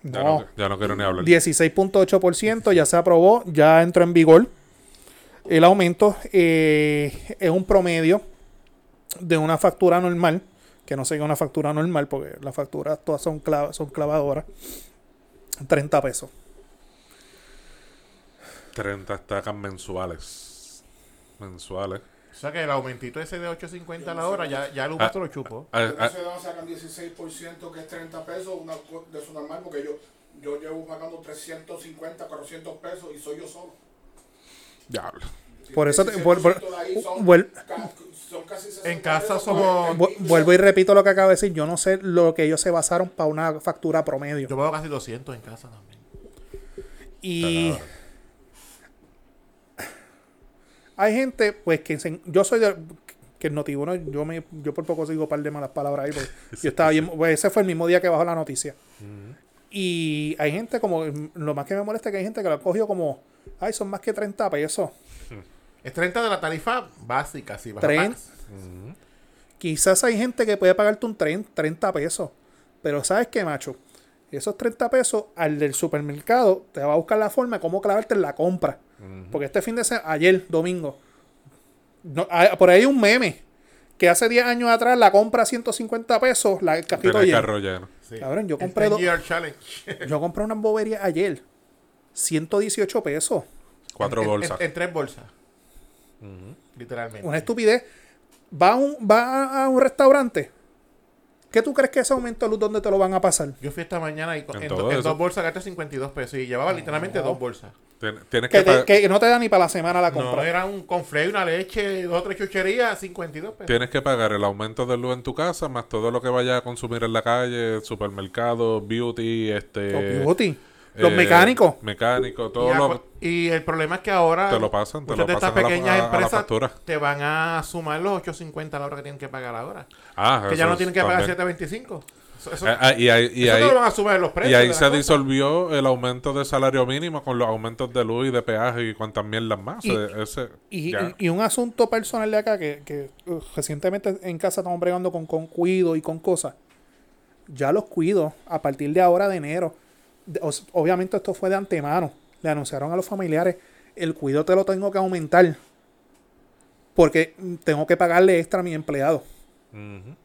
Ya
No,
no, ya no quiero ni hablar.
16.8% ya se aprobó, ya entró en vigor. El aumento eh, es un promedio de una factura normal, que no sería una factura normal, porque las facturas todas son, clava- son clavadoras, 30 pesos.
30 estacas mensuales. Mensuales.
O sea que el aumentito ese de 8.50 a la hora, ya, ya el
Ah,
Uber se lo chupó.
Ah,
Pero
ah,
ese no sacan 16%, que es 30 pesos una co- de su normal, porque yo, yo llevo pagando 350, 400 pesos y soy yo solo.
diablo.
Por eso te-
16%
por- por-
de ahí son,
vuel-
ca- son casi 60
En casa
pesos
somos-
por
vu-
el-
vuelvo y repito lo que acabo de decir, yo no sé lo que ellos se basaron para una factura promedio.
Yo pago casi 200 en casa también.
Y hay gente, pues, que se- yo soy de, que el Notiuno, yo me, yo por poco digo un par de malas palabras ahí, porque yo estaba bien, pues, ese fue el mismo día que bajó la noticia. Y hay gente como, lo más que me molesta es que hay gente que lo ha cogido como, ay, son más que 30 pesos.
Es 30 de la tarifa básica, sí. baja
Tren-
tax.
mm,
Quizás hay gente que puede pagarte un tren, 30 pesos. Pero ¿sabes qué, macho? Esos 30 pesos al del supermercado te va a buscar la forma de cómo clavarte en la compra. Porque este fin de semana, ayer, domingo, no, hay- por ahí hay un meme que hace 10 años atrás la compra a 150 pesos, la, el cajito
Tiene el
lleno.
carro lleno.
Sí.
Cabrón, yo
El
compré
10
dos-
year challenge.
Yo compré una bobería ayer, 118 pesos.
Cuatro
En- en-
bolsas.
En, tres bolsas. Literalmente.
Este.
Una estupidez. Va a un, va a- a un restaurante. ¿Qué tú crees que ese aumento de luz dónde te lo van a pasar?
Yo fui esta mañana y co-
En
en,
todo
do- en
eso.
dos bolsas gasté 52 pesos y llevaba literalmente dos bolsas.
Tien- Tienes que,
Que, te-
pa- eh,
que no te da ni para la semana la
No,
compra.
era un conflé, una leche, dos o tres chucherías, 52 pesos.
Tienes que pagar el aumento de luz en tu casa, más todo lo que vayas a consumir en la calle, supermercado, beauty, este...
Los beauty, los
eh,
mecánicos.
Mecánicos,
Y, pues,
todo
a-
lo...
y el problema es que ahora
Te lo pasan, te
muchas
lo
de estas
pasan a la-
pequeñas
a- a la
empresas
factura.
te van a sumar los 8.50 a la hora que tienen que pagar ahora.
Ah,
Que ya
eso
no tienen que pagar
también.
7.25. Eso, eso,
Ah, ah, y ahí, y
eso
ahí-
no lo van a sumar en los precios.
y ahí
de
se
las cosas.
disolvió el aumento de salario mínimo con los aumentos de luz y de peaje y cuantas mierdas más.
Y-
Eh, ese-
Y,
ya.
y- y un asunto personal de acá que, que, uh, recientemente en casa estamos bregando con, con cuido y con cosas. Ya los cuido a partir de ahora de enero. De- os- obviamente esto fue de antemano. Le anunciaron a los familiares, el cuido te lo tengo que aumentar. Porque mm, tengo que pagarle extra a mi empleado.
Ujú.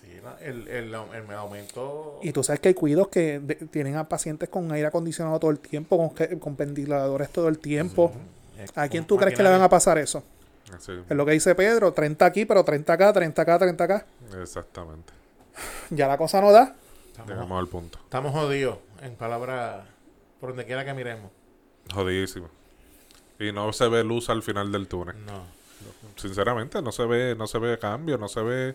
Sí, la- el, el, el aumento.
Y tú sabes que hay cuidos que de- tienen a pacientes con aire acondicionado todo el tiempo, con, que- con ventiladores todo el tiempo. ¿A quién tú crees que le van a pasar eso?
Así,
Es lo que dice Pedro, 30 aquí, pero 30 acá, 30 acá, 30 acá.
exactamente.
Ya la cosa no da.
Estamos,
Llegamos al punto.
estamos jodidos, en palabras por donde quiera que miremos.
Jodidísimo. Y no se ve luz al final del túnel.
No.
Sinceramente, no se ve, no se ve cambio, no se ve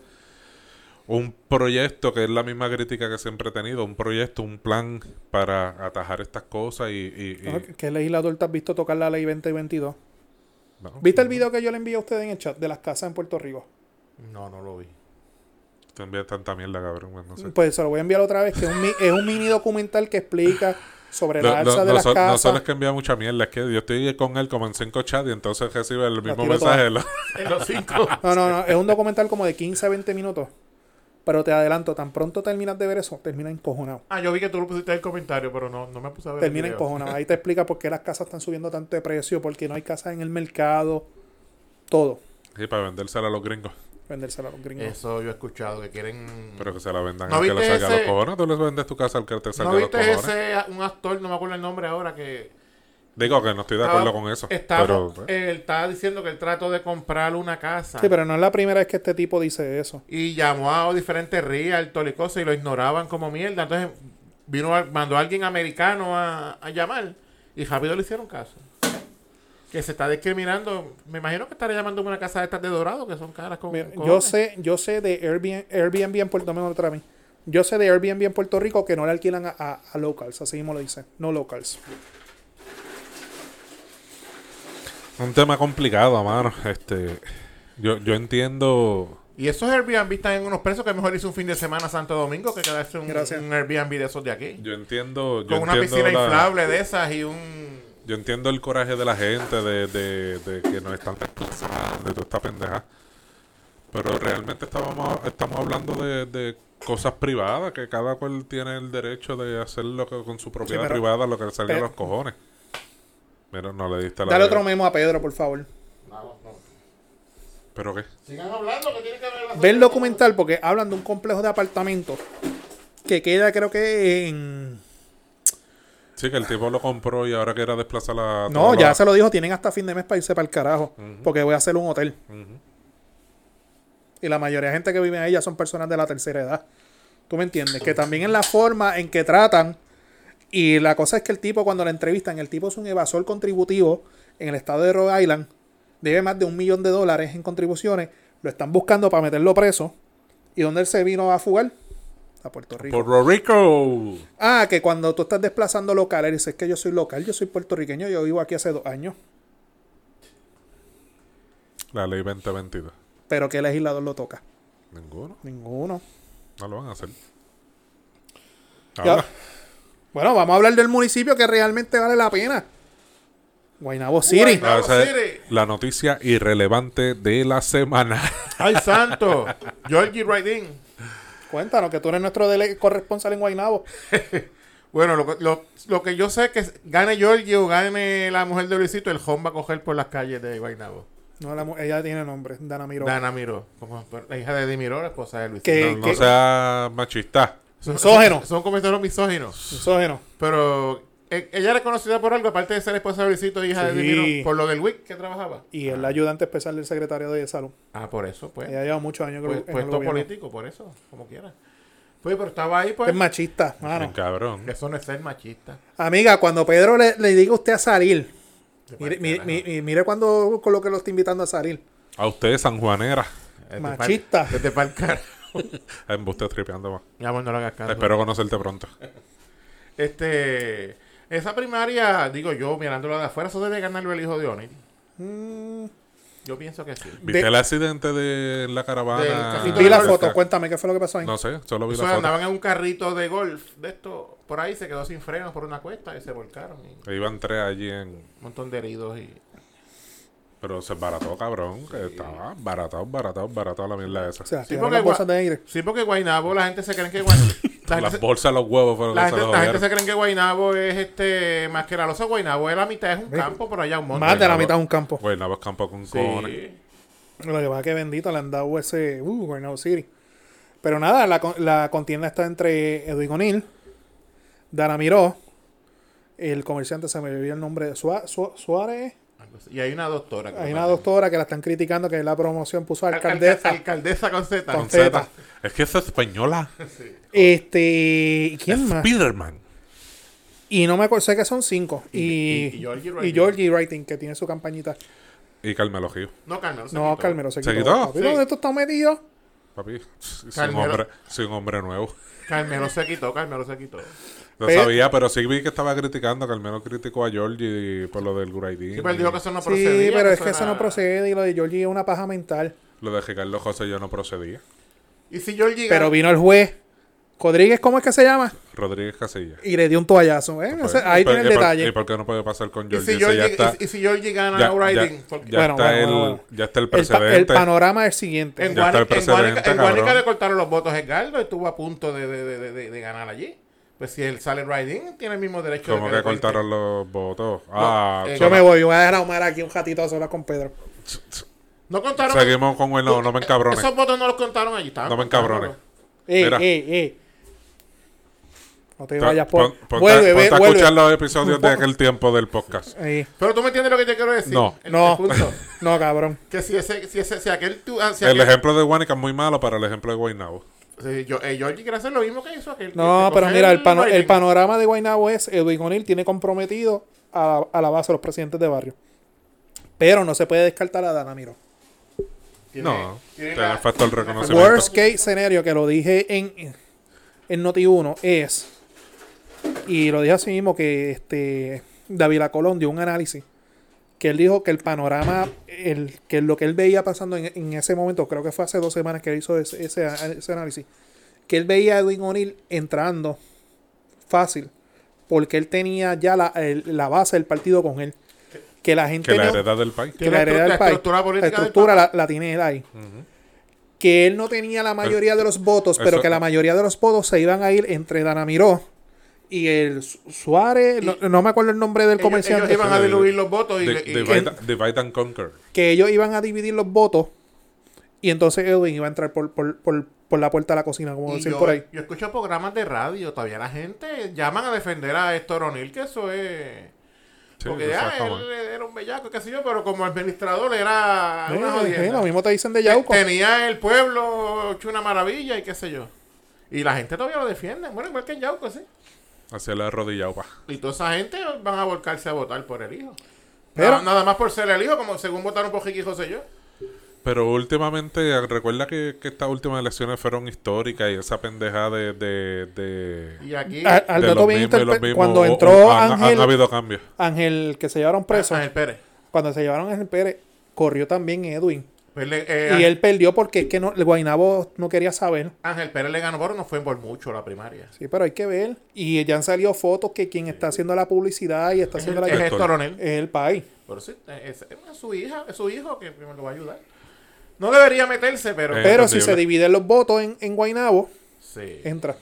un proyecto que es la misma crítica que siempre he tenido, un proyecto, un plan para atajar estas cosas y, y- y-
¿Qué legislador te has visto tocar la ley 20 y 22?
no,
¿Viste el video que yo le envié a usted en el chat de las casas en Puerto Rico?
No, no lo vi.
te envía tanta mierda, cabrón, pues, no sé.
Pues se lo voy a enviar otra vez, que es un, mi- es un mini documental que explica sobre
No,
la
no-
alza de
no
las
son- no
casas.
son las que envía mucha mierda, es que yo estoy con él como en cinco chats y entonces recibe el mismo
tiro
mensaje. de los-
En los cinco.
No, no, no, es un documental como de 15 a 20 minutos. Pero te adelanto, tan pronto terminas de ver eso, termina encojonado.
Ah, yo vi que tú lo pusiste en el comentario, pero no, no me puse a ver. el
Termina
video.
encojonado. Ahí te explica por qué las casas están subiendo tanto de precio, por qué no hay casas en el mercado, todo.
Sí, para vendérsela a los gringos.
vendérsela a los gringos.
Eso yo he escuchado que quieren.
Pero que se la vendan
¿No
al que le
viste
saque a los
ese-
cojones. Tú les vendes tu casa al que te saque
¿No
a los
viste
cojones.
ese un actor, no me acuerdo el nombre ahora, que
Digo que no estoy de acuerdo con eso.
estaba-
pero, eh,
él estaba diciendo que él trató de comprar una casa
Sí, pero no es la primera vez que este tipo dice eso.
y llamó a diferentes realtors y cosas y lo ignoraban como mierda. Entonces vino a- mandó a alguien americano a, a llamar y rápido le hicieron caso. Que se está discriminando. Me imagino que estará llamando a una casa de estas de dorado, que son caras con.
Mira, yo
cojones.
sé, yo sé de Airbnb, Airbnb en Puerto Rico, otra vez. Yo sé de Airbnb en Puerto Rico que no le alquilan a, a- a locals, así mismo lo dice, no locals.
un tema complicado, mano. Este, yo, yo entiendo.
Y esos Airbnb están en unos precios que mejor hice un fin de semana a Santo Domingo que quedarse un,
Gracias.
un Airbnb de esos de aquí.
Yo entiendo. Yo
con una
entiendo
piscina
la-
inflable de esas y un.
Yo entiendo el coraje de la gente de, de, de que nos están responsabilizando de toda esta pendeja. Pero realmente estábamos, estamos hablando de, de cosas privadas, que cada cual tiene el derecho de hacer lo que con su propiedad
pero-
privada, lo que le salga a
pero-
los cojones. Mira, no le diste la.
Dale
de-
otro memo a Pedro, por favor.
¿Pero qué?
Sigan hablando, que tiene que ver
Ve el documental porque hablan de un complejo de apartamentos que queda creo que en...
Sí, que el tipo lo compró y ahora quiere desplazar Ah, la.
No, ya se lo dijo, tienen hasta fin de mes para irse para el carajo, porque voy a hacer un hotel. Y la mayoría de gente que vive ahí ya son personas de la tercera edad. ¿Tú me entiendes? Que también en la forma en que tratan. Y la cosa es que el tipo, cuando la entrevistan, el tipo es un evasor contributivo en el estado de Rhode Island. Debe más de un millón de dólares en contribuciones. Lo están buscando para meterlo preso. ¿Y dónde él se vino a fugar? A Puerto Rico.
Puerto Rico.
Ah, que cuando tú estás desplazando locales, dices que yo soy local, yo soy puertorriqueño, yo vivo aquí hace dos años.
La ley 2022.
Pero ¿qué legislador lo toca?
Ninguno.
Ninguno.
No lo van a hacer.
Ya-
Ahora,
Bueno, vamos a hablar del municipio que realmente vale la pena. Guaynabo City.
Guayna-
ah, esa es
Siri.
la noticia irrelevante de la semana.
¡Ay, santo! Georgie Riding.
Cuéntanos que tú eres nuestro dele- corresponsal en Guaynabo.
Bueno, lo, que- lo, lo que yo sé es que gane Georgie o gane la mujer de Luisito, el home va a coger por las calles de Guaynabo.
No, la mu- ella tiene nombre, Dana Miró.
Dana Miró, como la hija de Eddie Miró, la esposa de Luisito.
Que-
No
que-
sea machista.
Son-
misógeno.
Son, son comentarios misóginos.
Misógeno.
Pero eh, ella era conocida por algo, aparte de ser esposa de Luisito, hija de
Sí.
Eddie Miró, por lo del WIC que trabajaba.
Y es la ayudante especial del secretario de salud.
Ah, por eso, pues.
Ella lleva muchos años en el-
Pues-
en el
puesto
gobierno.
político, por eso, como quiera. Pues, pero estaba ahí, pues.
Es machista, mano.
El cabrón.
Eso no es ser machista.
Amiga, cuando Pedro le, le diga a usted a salir,
Te Eh,
mire,
pa'l
mire,
Pues, carajo.
mire, mire cuando con lo que lo está invitando a salir.
A ustedes, sanjuanera.
Vete pa'l-
machista.
Vete pa'l cara.
En usted tripeando más.
Mi amor, no lo hagas caso.
Espero conocerte pronto.
Este, esa primaria, digo yo, mirándolo de afuera, eso debe ganarlo el hijo de Oni.
Mm.
Yo pienso que sí.
¿Viste
De-
el accidente de la
Del
caravana?
casito
Vi la
Entonces,
foto, cuéntame qué fue lo que pasó ahí.
No sé, solo vi
Eso
la foto.
andaban en un carrito de golf de esto, por ahí se quedó sin frenos por una cuesta y se volcaron. y un
Ahí Iban tres allí en...
montón de heridos y.
Pero se barató, cabrón. Que estaba baratado, baratado, baratado la mierda esa.
O sea,
Sí,
tiraron
porque
las
gua-
bolsas de aire.
Sí, porque Guainabo, la gente se cree que Guainabo. La gente
Las
se-
bolsas, los huevos fueron
La
que se
gente,
los
la gente
jodieron.
se cree que Guainabo es este más que la losa. Guainabo es la mitad, es un campo, por allá un monte.
Más de la
Guaynabo.
mitad de un campo.
Güey, no vas Pues, campo con
Sí.
cojones.
Lo que pasa es que bendito le han dado ese. Uh, Guaynabo City. Pero nada, la, con- la contienda está entre Edwin O'Neill, Dana Miró, el comerciante, se me olvidó el nombre de Sua- Su- Suárez.
Algo así. Y hay una doctora. creo
Hay
que
una
también.
doctora que la están criticando, que la promoción puso
Alca-
alcaldesa.
Alcaldesa con Z.
Con
Con Z.
Zeta.
Es que esa es española.
Este. ¿y ¿Quién más?
Spiderman.
Y no me acuerdo, sé que son cinco. Y,
Y- y- y Georgie Wrighting.
y Georgie Wrighting, que tiene su campañita.
Y Carmelo Gil.
No, Carmelo. se
No,
quitó.
Carmelo, se
¿Se
quitó.
quitó?
Papi,
Sí.
¿Dónde tú estás metido?
Papi, soy un
Carmelo.
hombre, soy un hombre nuevo.
Carmelo se quitó, Carmelo se quitó.
No
Pero-
sabía, pero sí vi que estaba criticando. Carmelo criticó a Georgie por lo del Guraidín.
Sí, pero él dijo que eso no
Sí,
procedía.
pero es que
era-
eso no procede. Y lo de Georgie es una paja mental.
Lo de Ricardo José yo no procedía.
Y si Georgie
Pero
gana,
vino el juez. Rodríguez, ¿cómo es que se llama?
Rodríguez Casilla.
Y le dio un toallazo. ¿eh?
Pues,
O sea, ahí
¿y por-
tiene el
y por- ¿Y
detalle.
por qué no puede pasar con
y
Georgie?
si
Ese ya
Georgie,
está,
y, y si Georgie gana
ya-
no
ya-
riding, porque-
ya
Bueno,
está
bueno,
el-
bueno.
ya está el
El, pa-
precedente.
el panorama es el siguiente.
en
ya está el
Guánica- en Guánica en
precedente,
Guánica
cabrón.
le cortaron los votos a Edgardo y estuvo a punto de, de- de- de- de- de ganar allí. Pues si él sale riding, tiene el mismo derecho
Como
le
que
corten.
cortaron los votos. Ah,
eh,
son-
Yo me voy, voy a dejar a Omar aquí un ratito a solas con Pedro.
No contaron.
Seguimos con el no, no me encabrones.
Esos votos no los contaron allí, estaban
No me
contados.
encabrones.
Eh,
Mira.
eh, eh. No te
Pon-
vayas por.
pon- ponte-
vuelve, ve-
ponte a
vuelve.
escuchar los episodios de aquel tiempo del podcast.
Ahí.
Pero tú me entiendes lo que te quiero decir.
No.
El-
No.
el punto.
No, cabrón.
Que si ese, si ese, si aquel tú, ah, si
El
aquel-
ejemplo de Guanica es muy malo para el ejemplo de Guaynabo.
Sí, yo, eh, Georgie quiere hacer lo mismo que hizo aquel.
No,
que
pero
coger
mira, el, pano- el
Biden.
panorama de Guaynabo es Edwin O'Neill tiene comprometido a, a la base de los presidentes de barrio. Pero no se puede descartar a Dana Miró.
Tiene-
No,
tiene
tiene
la-
factor
tiene la-
reconocimiento.
Worst case scenario que lo dije en, en Noti1 es, y lo dije así mismo, que este David Colón dio un análisis que él dijo que el panorama, el, que lo que él veía pasando en, en ese momento, creo que fue hace dos semanas que él hizo ese, ese a- ese análisis, que él veía a Edwin O'Neill entrando fácil, porque él tenía ya la, el- la base del partido con él. Que la gente
Que la
no-
heredad del país.
que la
Tiene la
heredad del
estru- la
país,
estructura política
la
del
estructura la, la tiene él ahí. Que él no tenía la mayoría de los votos, pero
eso-
que la mayoría de los votos se iban a ir entre Danamiró y el Su- Suárez,
Y-
no, no me acuerdo el nombre del
Ellos-
comerciante,
ellos iban a
Sí.
diluir los votos y,
Di-
y-
Divide divide and conquer.
que ellos iban a dividir los votos y entonces Edwin iba a entrar por, por- por- por la puerta de la cocina, como
y
decir
yo, eh,
por ahí.
yo escucho programas de radio, todavía la gente llaman a defender a Héctor O'Neill, que eso es...
Sí,
porque
tú
ah,
sabes cómo
él
es.
era un bellaco, qué sé yo, pero como administrador era
Eh,
una
eh,
jodienda.
lo mismo te dicen de Yauco.
Tenía el pueblo hecho una maravilla y qué sé yo. Y la gente todavía lo defiende. Bueno, igual que en Yauco, sí.
Hacia la rodilla, opa.
Y toda esa gente van a volcarse a votar por el hijo.
Pero-
nada, nada más por ser el hijo, como según votaron por Jiqui José y yo.
Pero últimamente, ah, recuerda que, que estas últimas elecciones fueron históricas y esa pendeja de. de, de
Y aquí...
A- al
de
dato
los
bien
mismos y
interpe-
los mismos,
cuando
o- o-
entró
han- han
Ángel-
habido cambios.
Ángel, que se llevaron preso,
Ángel Pérez.
cuando se llevaron a Ángel Pérez, corrió también Edwin.
Pues le- eh,
Y
Ángel-
él perdió porque es que no, el Guainabo no quería saber.
Ángel Pérez le ganó, pero no fue por mucho la primaria.
Sí, pero hay que ver. Y ya han salido fotos que quien está haciendo la publicidad y está
Es,
haciendo
el-
la...
es
Es
Héctor.
Héctor O'Neill.
el país.
Pero sí, es, es su hija, es su hijo que me lo va a ayudar. No debería meterse, pero...
Eh.
Pero si
entendible.
se dividen los votos en, en Guainabo,
Sí.
entra.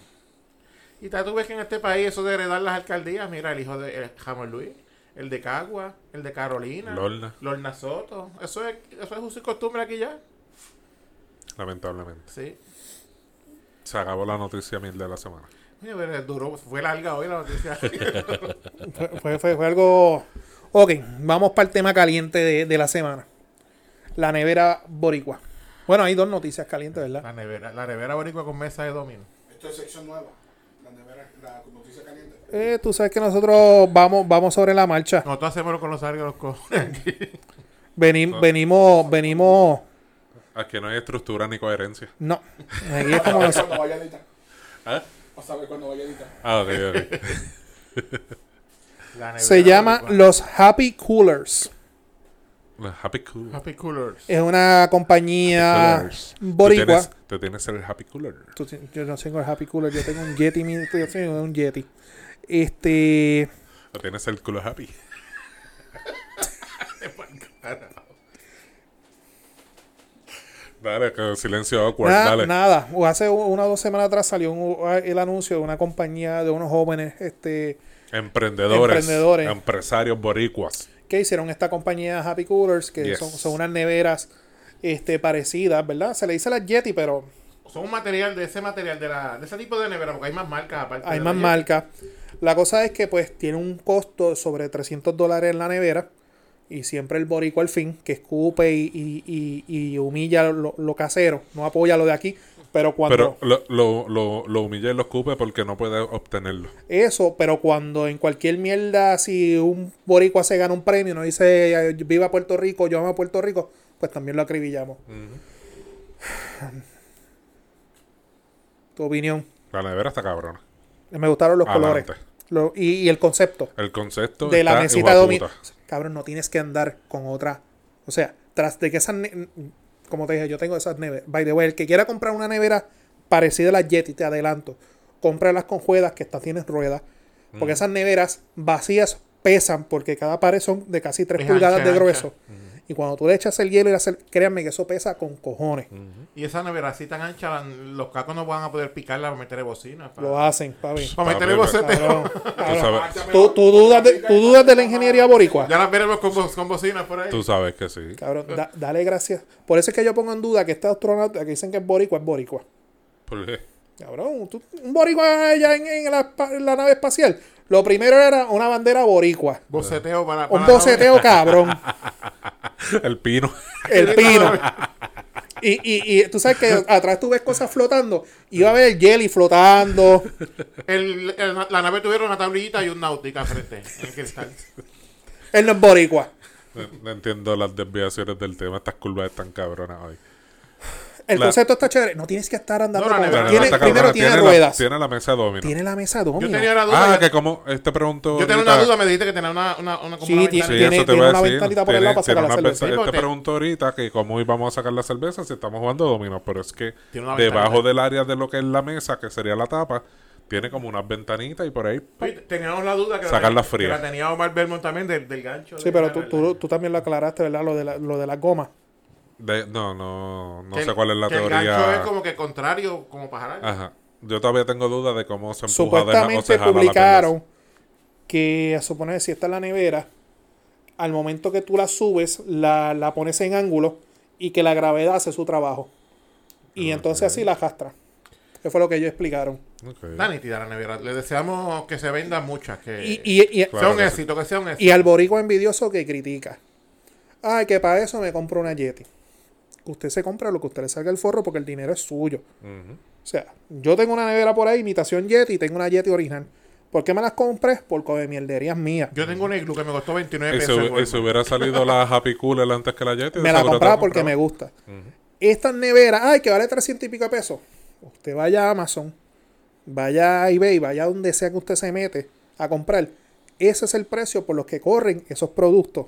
Y ta, tú ves que en este país eso de heredar las alcaldías, mira, el hijo de el Jamón Luis, el de Cagua, el de Carolina,
Lorna.
Lorna Soto. Eso es, eso es uso y costumbre aquí ya.
Lamentablemente.
Sí.
Se acabó la noticia mil de la semana.
Mira, pero duró, fue larga hoy la noticia.
Fue, fue- fue- fue algo... Ok, vamos para el tema caliente de, de la semana. La nevera boricua. Bueno, hay dos noticias calientes, ¿verdad?
la nevera, la nevera boricua con mesa de domino.
Esto es sección nueva. La nevera, la noticia caliente.
Eh, tú sabes que nosotros vamos, vamos sobre la marcha.
Nosotros hacemos con los arcos los cojones aquí.
Venim- venimos, venimos...
Aquí no hay estructura ni coherencia.
No, aquí es como
Vas a
nos-
ver cuando vaya a editar.
¿Ah?
Vas a ver cuando vaya a editar.
Ah, ok, ok.
La nevera
Se llama
boricua.
Los Happy Coolers.
Happy Cool.
Happy Coolers.
Es una compañía
Coolers. Tú
boricua.
tienes, tú tienes el Happy Cooler.
Tú ti- yo no tengo el Happy Cooler, yo tengo un Yeti. mi- yo tengo un Yeti. Este.
Tú tienes el culo Happy. Dale, que silencio awkward.
na-
Pues dale.
Nada. O Hace u- una o dos semanas atrás salió un- el anuncio de una compañía de unos jóvenes este,
Emprendedores,
Emprendedores.
Empresarios boricuas.
que hicieron esta compañía Happy Coolers, que
Yes.
son, son unas neveras este, parecidas, ¿verdad? Se le dice las Yeti, pero
Son un material de ese material, de, la, de ese tipo de nevera, porque hay más marcas aparte.
hay
de
más
la-
marcas. La cosa es que pues tiene un costo sobre 300 dólares en la nevera y siempre el borico al fin que escupe y, y- y- y humilla lo, lo casero, no apoya lo de aquí, pero cuando
Pero lo, lo, lo, lo humilla y lo escupe porque no puede obtenerlo.
eso, pero cuando en cualquier mierda si un borico se gana un premio, no dice eh, viva Puerto Rico, yo amo a Puerto Rico, pues también lo acribillamos. Tu opinión.
La nevera está cabrona.
Me gustaron los
Adelante.
colores Lo- y- y el concepto.
El concepto
de la
está
mesita de dominó.
hijueputa.
Cabrón, no tienes que andar con otra. O sea, tras de que esas. ne- Como te dije, yo tengo esas neveras. By the way, el que quiera comprar una nevera parecida a la Yeti, te adelanto. Cómpralas con ruedas, que estas tienen ruedas. Porque
Mm.
esas neveras vacías pesan, porque cada pared son de casi 3
Es
pulgadas
ancha,
de
ancha.
Mm.
grueso. Y cuando tú le echas el hielo y le haces, créanme que eso pesa con cojones.
Mm.
Y esa nevera así tan ancha, la- los cacos no van a poder picarla para meterle bocina. Para,
Lo hacen, papi.
para meterle
Papi,
boceteo.
Cabrón, cabrón.
sabes.
¿Tú, tú dudas de, tú dudas de la ingeniería boricua.
Ya las veremos con, bo- con bocina por ahí.
Tú sabes que sí.
Cabrón, da- dale gracias. Por eso es que yo pongo en duda que este astronauta que dicen que es boricua, es boricua.
Porque
Cabrón, tú- un boricua allá en, en la, espa- en la nave espacial. Lo primero era una bandera boricua.
Boceteo para. para
Un
la
boceteo cabrón.
el pino.
El pino. Y, y, y tú sabes que atrás tú ves cosas flotando. Iba a haber el jelly flotando.
novia. El- el- la nave tuvieron una tablillita y un náutica al frente. En el cristal.
Él no es boricua.
No- No entiendo las desviaciones del tema. Estas curvas están cabronas hoy.
El
La-
concepto está chévere. No tienes que estar andando.
No, la
con-
nevera
La
tiene-
nevera está
primero
cabrona.
tiene,
la-
ruedas.
tiene la mesa de dominó.
Tiene la mesa
Yo
domino.
tenía la duda.
Ah,
que-
que como este preguntó.
yo tenía
ahorita-
una duda, me dijiste que tenía una. una, una como
Sí,
una
tiene-
Sí,
ventana.
tiene-
eso te
tiene
iba a
una
decir.
ventanita por el lado para
Tiene-
sacar la
tiene una
cerveza.
venta-
Sí,
Este
porque-
preguntó ahorita que cómo íbamos a sacar la cerveza si estamos jugando dominó, pero es que
Tiene una
debajo
ventanita.
del área de lo que es la mesa, que sería la tapa, tiene como unas ventanitas y por ahí ¡pum!
Oye, Teníamos la duda que,
Sacarla
que
fría.
la tenía Omar Belmont también del, del gancho.
Sí,
de-
pero
de-
tú,
de-
tú, tú también lo aclaraste, ¿verdad? Lo de la, lo de la goma.
de- no, no, no
que-
sé cuál es la
que El gancho es
teoría. Ah,
como que contrario, como para jalar.
Ajá. Yo todavía tengo duda de cómo se empuja deja- o se
Supuestamente
jala la
publicaron que, a suponer, si está en la nevera, al momento que tú la subes, la, la pones en ángulo y que la gravedad hace su trabajo. Y entonces así la arrastra. Que fue lo que ellos explicaron.
pendeja. Ok.
Dani tira la nevera. Le deseamos que se vendan muchas. Que
Y, y, y,
sea
Eh, Claro
un
que sí.
éxito, que sea un éxito.
y al boricua envidioso que critica. Ay, que para eso me compro una Yeti. Usted se compra lo que usted le salga el forro porque el dinero es suyo.
Ujú.
O sea, yo tengo una nevera por ahí, imitación Yeti, y tengo una Yeti original. ¿Por qué me las compré? Por co- de mierderías mías.
Yo tengo una iglu que me costó 29
Y
pesos. en
si, y
Walmart.
si hubiera salido la Happy Cooler antes que la Yeti, de
me la
seguro te
compraba porque me gusta.
compraba.
Estas neveras, ay, que vale 300 y pico de pesos. Usted vaya a Amazon, vaya a eBay, vaya a donde sea que usted se mete a comprar. Ese es el precio por los que corren esos productos.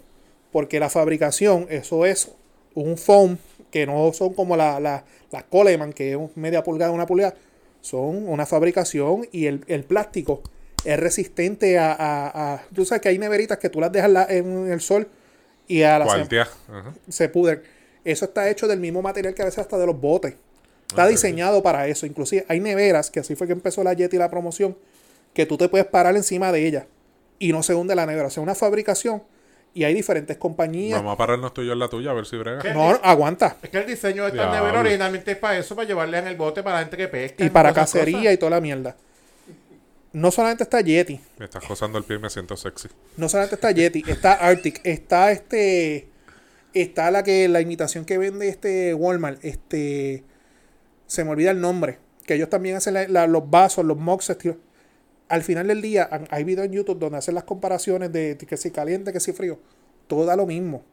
Porque la fabricación, eso es un foam, que no son como la, la, la Coleman, que es un- media pulgada, una pulgada. Son una fabricación y el, el plástico es resistente a, a- a- Tú sabes que hay neveritas que tú las dejas la- en el sol y a la semana
Cuartea. Ajá.
se pudren. Eso está hecho del mismo material que a veces hasta de los botes. Está diseñado para eso. Inclusive hay neveras, que así fue que empezó la Yeti la promoción, que tú te puedes parar encima de ella y no se hunde la nevera. O sea, una fabricación y hay diferentes compañías.
Vamos a pararnos tú y yo en la tuya, a ver si brega.
No, no, aguanta.
Es que el diseño de estas
Diablo.
neveras originalmente es para eso, para llevarle en el bote para la gente que pesca.
Y para cacería y toda la mierda. No solamente está Yeti,
Me estás cosando el pie y me siento sexy.
no solamente está Yeti, está Arctic, está este, está la que la imitación que vende este Walmart, este, se me olvida el nombre, que ellos también hacen la- la- los vasos, los mocks, estilo- al final del día han- hay videos en YouTube donde hacen las comparaciones de que si caliente, que si frío, todo da lo mismo.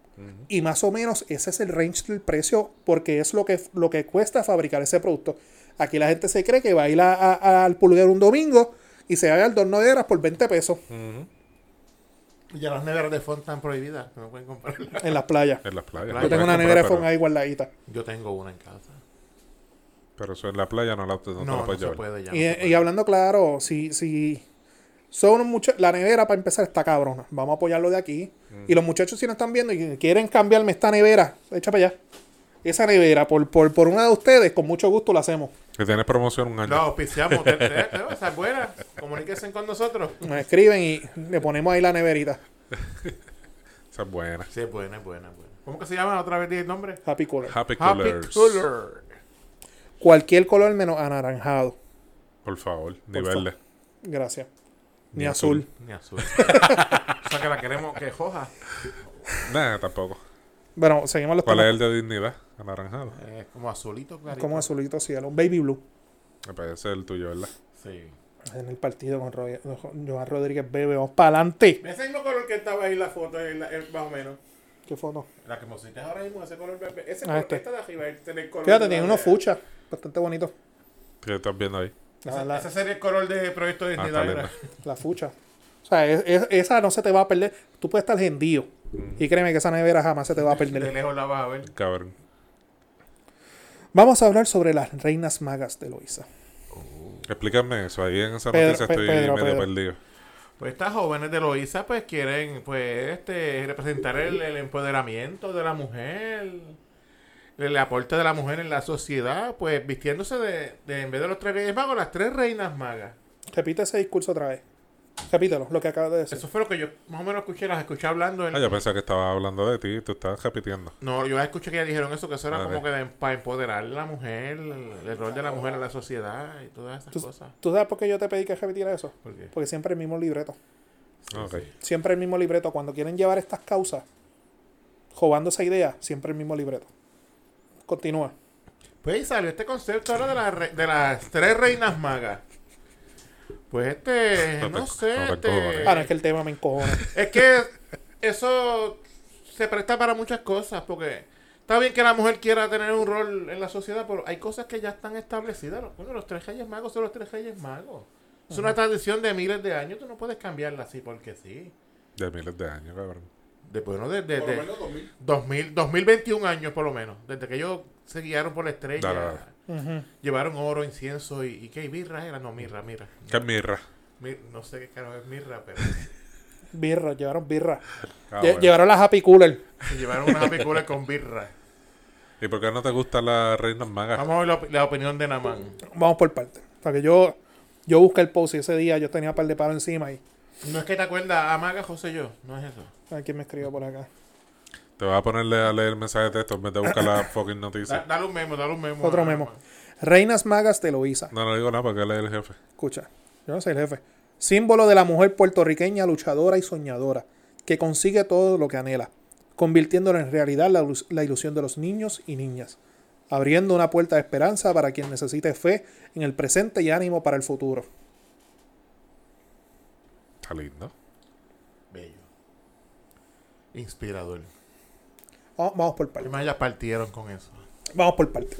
Y más o menos ese es el range del precio porque es lo que, lo que cuesta fabricar ese producto. Aquí la gente se cree que va a ir a- a- al pulguero un domingo y se va a ir al dos nogueras por 20 pesos
Y ya las neveras de fondo están prohibidas, no pueden comprarlas.
en las playas.
En las playas.
Yo
Yo
La
tengo
puedes
una
comprar,
nevera de
pero-
Fon ahí guardadita.
Yo tengo una en casa.
Pero eso en la playa no, la, no, te
No,
la
no,
puedes
se
llevar.
puede ya. no
Y,
se puede.
y hablando claro, si, si son muchachos, la nevera para empezar está cabrona. Vamos a apoyarlo de aquí.
Mm.
Y los muchachos si no están viendo y quieren cambiarme esta nevera, echa para allá. Esa nevera, por, por, por una de ustedes, con mucho gusto la hacemos.
Que tienes promoción un año.
La auspiciamos. te- te- te- Esa es buena. Comuníquense con nosotros.
Nos escriben y le ponemos ahí la neverita.
Esa es buena.
Sí, es buena, es buena, es buena. ¿Cómo que se llama otra vez el nombre?
Happy color.
Happy,
Happy
Coolers.
Cooler.
Cualquier color menos anaranjado.
Por favor, ni
Por
verde.
Gracias. Ni,
Ni
azul.
azul.
Ni azul. o sea que la queremos que joja.
Nada, tampoco.
Bueno, seguimos los
¿Cuál es
temas.
el de dignidad? Anaranjado.
Eh, como azulito, clarito.
Como azulito cielo. Un baby blue.
Me parece el tuyo, ¿verdad?
Sí.
En el partido con, Roger- con Joan Rodríguez Bebe. Vamos para adelante.
Ese mismo color que estaba ahí en la foto, en la- en- más o menos.
¿Qué foto?
La que pusiste ahora mismo, ese color verde. Ese
Ah,
color
este.
esta de arriba, el, el color.
Fíjate,
de-
tiene unos fuchas bastante bonitos.
¿Qué estás viendo ahí?
La,
Ese,
la-
ese sería el color de Proyecto de
Ah,
Dignidad.
está
¿verdad?
la fucha. O sea, es- es- esa no se te va a perder. Tú puedes estar gendío.
Mm.
Y créeme que esa nevera jamás se te va a
de
perder.
lejos la vas a ver.
Cabrón.
Vamos a hablar sobre las reinas magas de Loiza.
Explícame eso. Ahí en esa
Pedro,
noticia
Pe-
estoy
Pedro,
medio
Pedro.
perdido.
Pues estas jóvenes de Loíza pues quieren pues este representar el, el empoderamiento de la mujer, el aporte de la mujer en la sociedad, pues vistiéndose de, de en vez de los tres reyes magos, las tres reinas magas.
Repite ese discurso otra vez. Repítelo, lo que acabas de decir.
Eso fue lo que yo más o menos escuché, las escuché hablando en...
Ah, yo pensaba que estaba hablando de ti, tú estabas repitiendo.
No, yo escuché que ya dijeron eso, que eso era
Ah,
como
ok.
que de- para empoderar a la mujer, el, el rol de la mujer en la sociedad y todas esas
¿Tú,
cosas.
tú sabes por qué yo te pedí que repitiera eso?
¿Por qué?
Porque siempre el mismo libreto.
Ok.
Siempre el mismo libreto. Cuando quieren llevar estas causas, jugando esa idea, siempre el mismo libreto. Continúa.
Pues ahí salió este concepto ahora de, la re- de las tres reinas magas. Pues este,
No te-
no sé,
no te
este-
cojones.
Ah, no, es que el tema me encojona.
es que eso se presta para muchas cosas, porque está bien que la mujer quiera tener un rol en la sociedad, pero hay cosas que ya están establecidas. Bueno, los tres reyes magos son los tres reyes magos. Es una tradición de miles de años, tú no puedes cambiarla así porque sí.
De miles de años, cabrón.
De, bueno, desde...
Este.
Por lo menos 2000.
2000, 2021 años por lo menos, desde que ellos se guiaron por la estrella.
Dale, dale.
Ujú.
Llevaron oro, incienso y, y qué birra era, no mirra, mira.
¿Qué es mirra?
Mi- no sé qué caro es mirra, pero
Birra, llevaron birra.
Ah,
Lle-
bueno.
Llevaron las happy cooler.
se llevaron una película con birra.
¿Y por qué no te gustan las reinas magas?
Vamos a ver la, op- la opinión de Namán.
Vamos por partes. O sea, que yo, yo busqué el post y ese día yo tenía un par de palos encima y
No es que te acuerdas a Maga José yo, no es eso.
a ver quién me escribió por acá.
Te vas a ponerle a leer el mensaje de texto en vez de buscar la fucking
Da-
noticia.
dale un memo, dale un memo.
Otro
a
memo.
Namán.
Reinas magas de Loíza.
No, no digo nada porque lee el jefe.
Escucha, yo no soy el jefe. Símbolo de la mujer puertorriqueña luchadora y soñadora, que consigue todo lo que anhela, convirtiéndolo en realidad la, luz- la ilusión de los niños y niñas, abriendo una puerta de esperanza para quien necesite fe en el presente y ánimo para el futuro.
Está lindo.
Bello. Inspirador.
Vamos, Ah, vamos por partes.
Además ya partieron con eso.
Vamos por partes.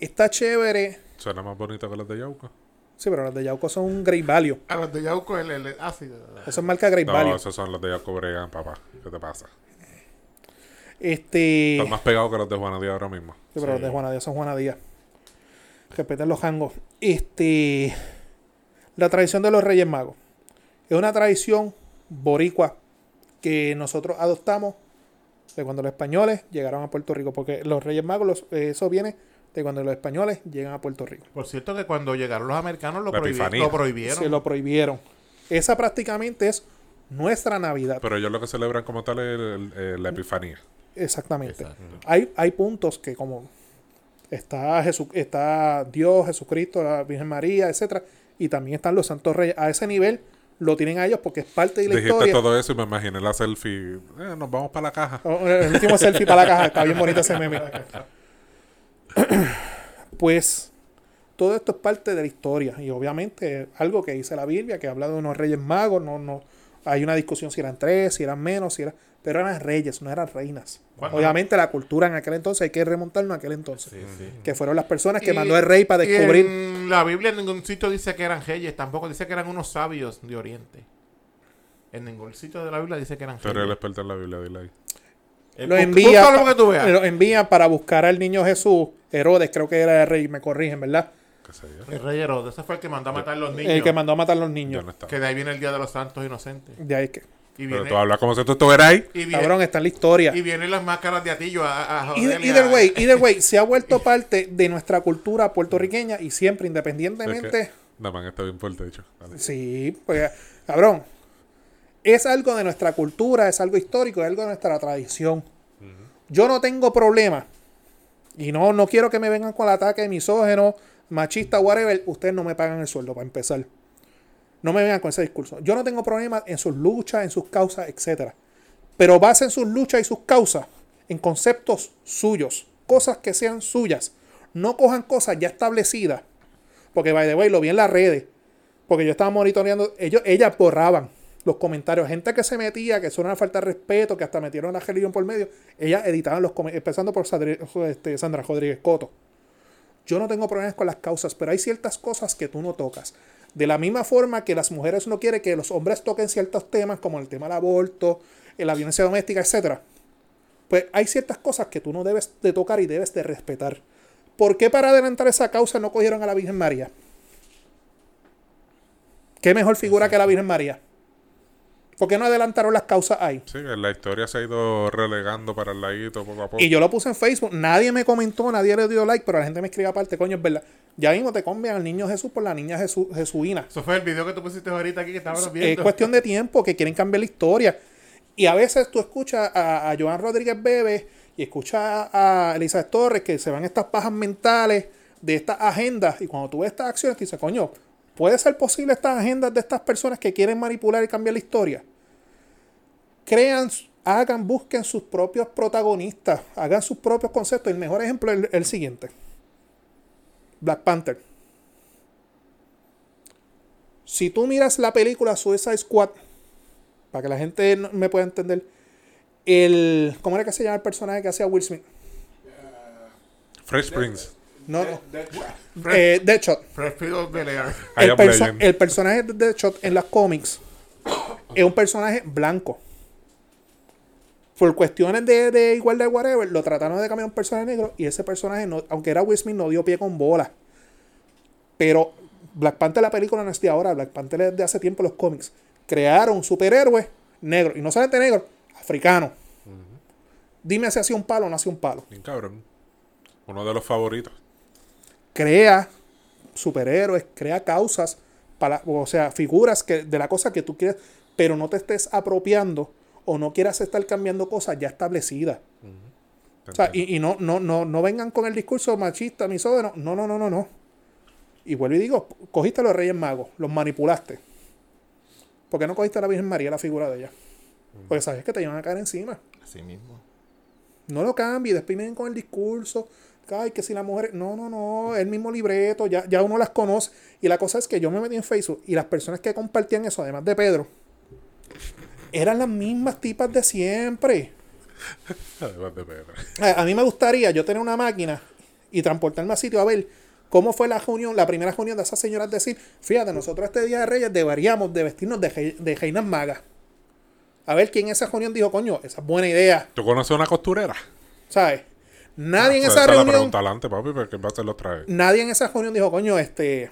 Está chévere.
Suena más bonito que los de Yauco.
Sí, pero las de Yauco son un Great Value.
A los de Yauco el, el ah, ácido.
Eso es marca Great
No,
Value.
esos son los de Yauco Bregan, papá. ¿Qué te pasa?
Este.
Están más pegados que los de Juana Díaz ahora mismo.
Sí, pero los
Sí.
de Juana Díaz son Juana Díaz. Respeten los jangos. Este. La tradición de los Reyes Magos. Es una tradición boricua que nosotros adoptamos de cuando los españoles llegaron a Puerto Rico. Porque los Reyes Magos, los- eh, eso viene de cuando los españoles llegan a Puerto Rico.
Por cierto que cuando llegaron los americanos lo,
La
prohibi-
Epifanía.
lo prohibieron.
Se lo prohibieron. Esa prácticamente es nuestra Navidad.
Pero ellos lo que celebran como tal es el- el- la epifanía.
Exactamente.
Exacto.
hay, hay puntos que como está Jesu- está Dios, Jesucristo, la Virgen María, etcétera, y también están los santos reyes. A ese nivel lo tienen a ellos porque es parte de la
Dijiste
historia.
todo eso y me imaginé la selfie. Eh, nos vamos para la caja.
Oh, El último selfie para la caja, está bien bonito ese meme. Pues todo esto es parte de la historia y obviamente algo que dice la Biblia que habla de unos reyes magos, no no hay una discusión si eran tres, si eran menos, si eran, pero eran reyes, no eran reinas.
Bueno.
Obviamente la cultura en aquel entonces hay que remontarnos a aquel entonces
Sí, sí.
que fueron las personas que
Y-
mandó el rey para
y
descubrir.
en la Biblia en ningún sitio dice que eran reyes, tampoco dice que eran unos sabios de Oriente. En ningún sitio de la Biblia dice que eran
Tú eres el
reyes.
experto en la Biblia, dile ahí.
Eh,
Lo
bus-
envía,
búscalo para que tú
pa-
veas.
lo envía para buscar al niño Jesús, Herodes, creo que era el rey, me corrigen, ¿verdad?
¿Qué sé yo?
El rey Herodes, ese fue el que mandó a matar a los niños.
El que mandó a matar a los
Yo
niños.
no estaba.
Que de ahí viene el Día de los Santos Inocentes.
De ahí es que.
Y
Pero
viene,
tú hablas como si tú estuvieras ahí.
y, viene-
Cabrón, eh. está en la historia.
y vienen las máscaras de atillo a, a- a
Either,
joderle
either
a-
way, either way, se ha vuelto parte de nuestra cultura puertorriqueña y siempre, independientemente.
Es que- Nada más está bien fuerte, de hecho. Dale.
Sí, pues, cabrón. Es algo de nuestra cultura, es algo histórico, es algo de nuestra tradición. Yo no tengo problema. Y no, no quiero que me vengan con el ataque misógeno, machista, whatever. Ustedes no me pagan el sueldo para empezar. No me vengan con ese discurso. Yo no tengo problema en sus luchas, en sus causas, etc. Pero basen sus luchas y sus causas en conceptos suyos, cosas que sean suyas. No cojan cosas ya establecidas. Porque, by the way, lo vi en las redes. Porque yo estaba monitoreando, ellos, ellas borraban los comentarios. Gente que se metía, que eso era una falta de respeto, que hasta metieron la religión por medio. Ellas editaban los comentarios, empezando por Sadri- este, Sandra Rodríguez Coto. Yo no tengo problemas con las causas, pero hay ciertas cosas que tú no tocas. De la misma forma que las mujeres no quieren que los hombres toquen ciertos temas, como el tema del aborto, eh, la violencia doméstica, etcétera Pues hay ciertas cosas que tú no debes de tocar y debes de respetar. ¿Por qué para adelantar esa causa no cogieron a la Virgen María? ¿Qué mejor figura que la Virgen María? ¿Por qué no adelantaron las causas ahí?
Sí, que la historia se ha ido relegando para el ladito poco a poco.
Y yo lo puse en Facebook, nadie me comentó, nadie le dio like, pero la gente me escribía aparte, coño, es verdad. Ya mismo te cambian al niño Jesús por la niña Jesu- jesuina.
Eso fue el video que tú pusiste ahorita aquí que estábamos
Es
viendo.
cuestión de tiempo que quieren cambiar la historia. Y a veces tú escuchas a, a Joan Rodríguez Bebe y escuchas a, a Elizabeth Torres que se van estas pajas mentales de estas agendas. Y cuando tú ves estas acciones, te dices, coño, ¿puede ser posible estas agendas de estas personas que quieren manipular y cambiar la historia? Crean, hagan, busquen sus propios protagonistas, hagan sus propios conceptos. El mejor ejemplo es el- el siguiente. Black Panther. Si tú miras la película Suicide Squad, para que la gente no- me pueda entender, el, ¿cómo era que se llama el personaje que hacía Will Smith?
Fresh Prince.
No, no.
De- de-
Eh, Deadshot.
Fresh Prince of Bel-Air.
I
El,
am
perso-
Legend.
el personaje de Deadshot en las cómics es un personaje blanco. Por cuestiones de, de igualdad, whatever, lo trataron de cambiar a un personaje negro y ese personaje, no, aunque era Will Smith, no dio pie con bola. Pero Black Panther, la película no es de ahora, Black Panther es de hace tiempo los cómics. Crearon superhéroes negros, y no solamente negros, africanos. Dime si hacía un palo o no hacía un palo.
Bien cabrón. Uno de los favoritos.
crea superhéroes, crea causas, para, o sea, figuras que, de la cosa que tú quieres, pero no te estés apropiando o no quieras estar cambiando cosas ya establecidas.
¿Te
O sea,
entiendes?
y, y no, no, no, no vengan con el discurso machista, misógino. No, no, no, no, no. Y vuelvo y digo, cogiste a los Reyes Magos, los manipulaste. ¿Por qué no cogiste a la Virgen María, la figura de ella? Porque sabes que te iban a caer encima.
Mm. Así mismo.
No lo cambie, después vienen con el discurso. Ay, que si la mujer. No, no, no. El mismo libreto, ya, ya uno las conoce. Y la cosa es que yo me metí en Facebook y las personas que compartían eso, además de Pedro, eran las mismas tipas de siempre.
Además de Pedro.
Eh, A, a mí me gustaría yo tener una máquina y transportarme a sitio a ver cómo fue la reunión, la primera reunión de esas señoras. Decir, fíjate, nosotros este día de Reyes deberíamos de vestirnos de, rei- de reinas magas. A ver quién en esa reunión dijo, coño, esa es buena idea,
¿Tú conoces una costurera?
¿sabes? Nadie en
O
esa
sea, Ah, esa la
reunión.
pregunta adelante, papi, porque va a ser los trajes.
nadie en esa reunión dijo, coño, este.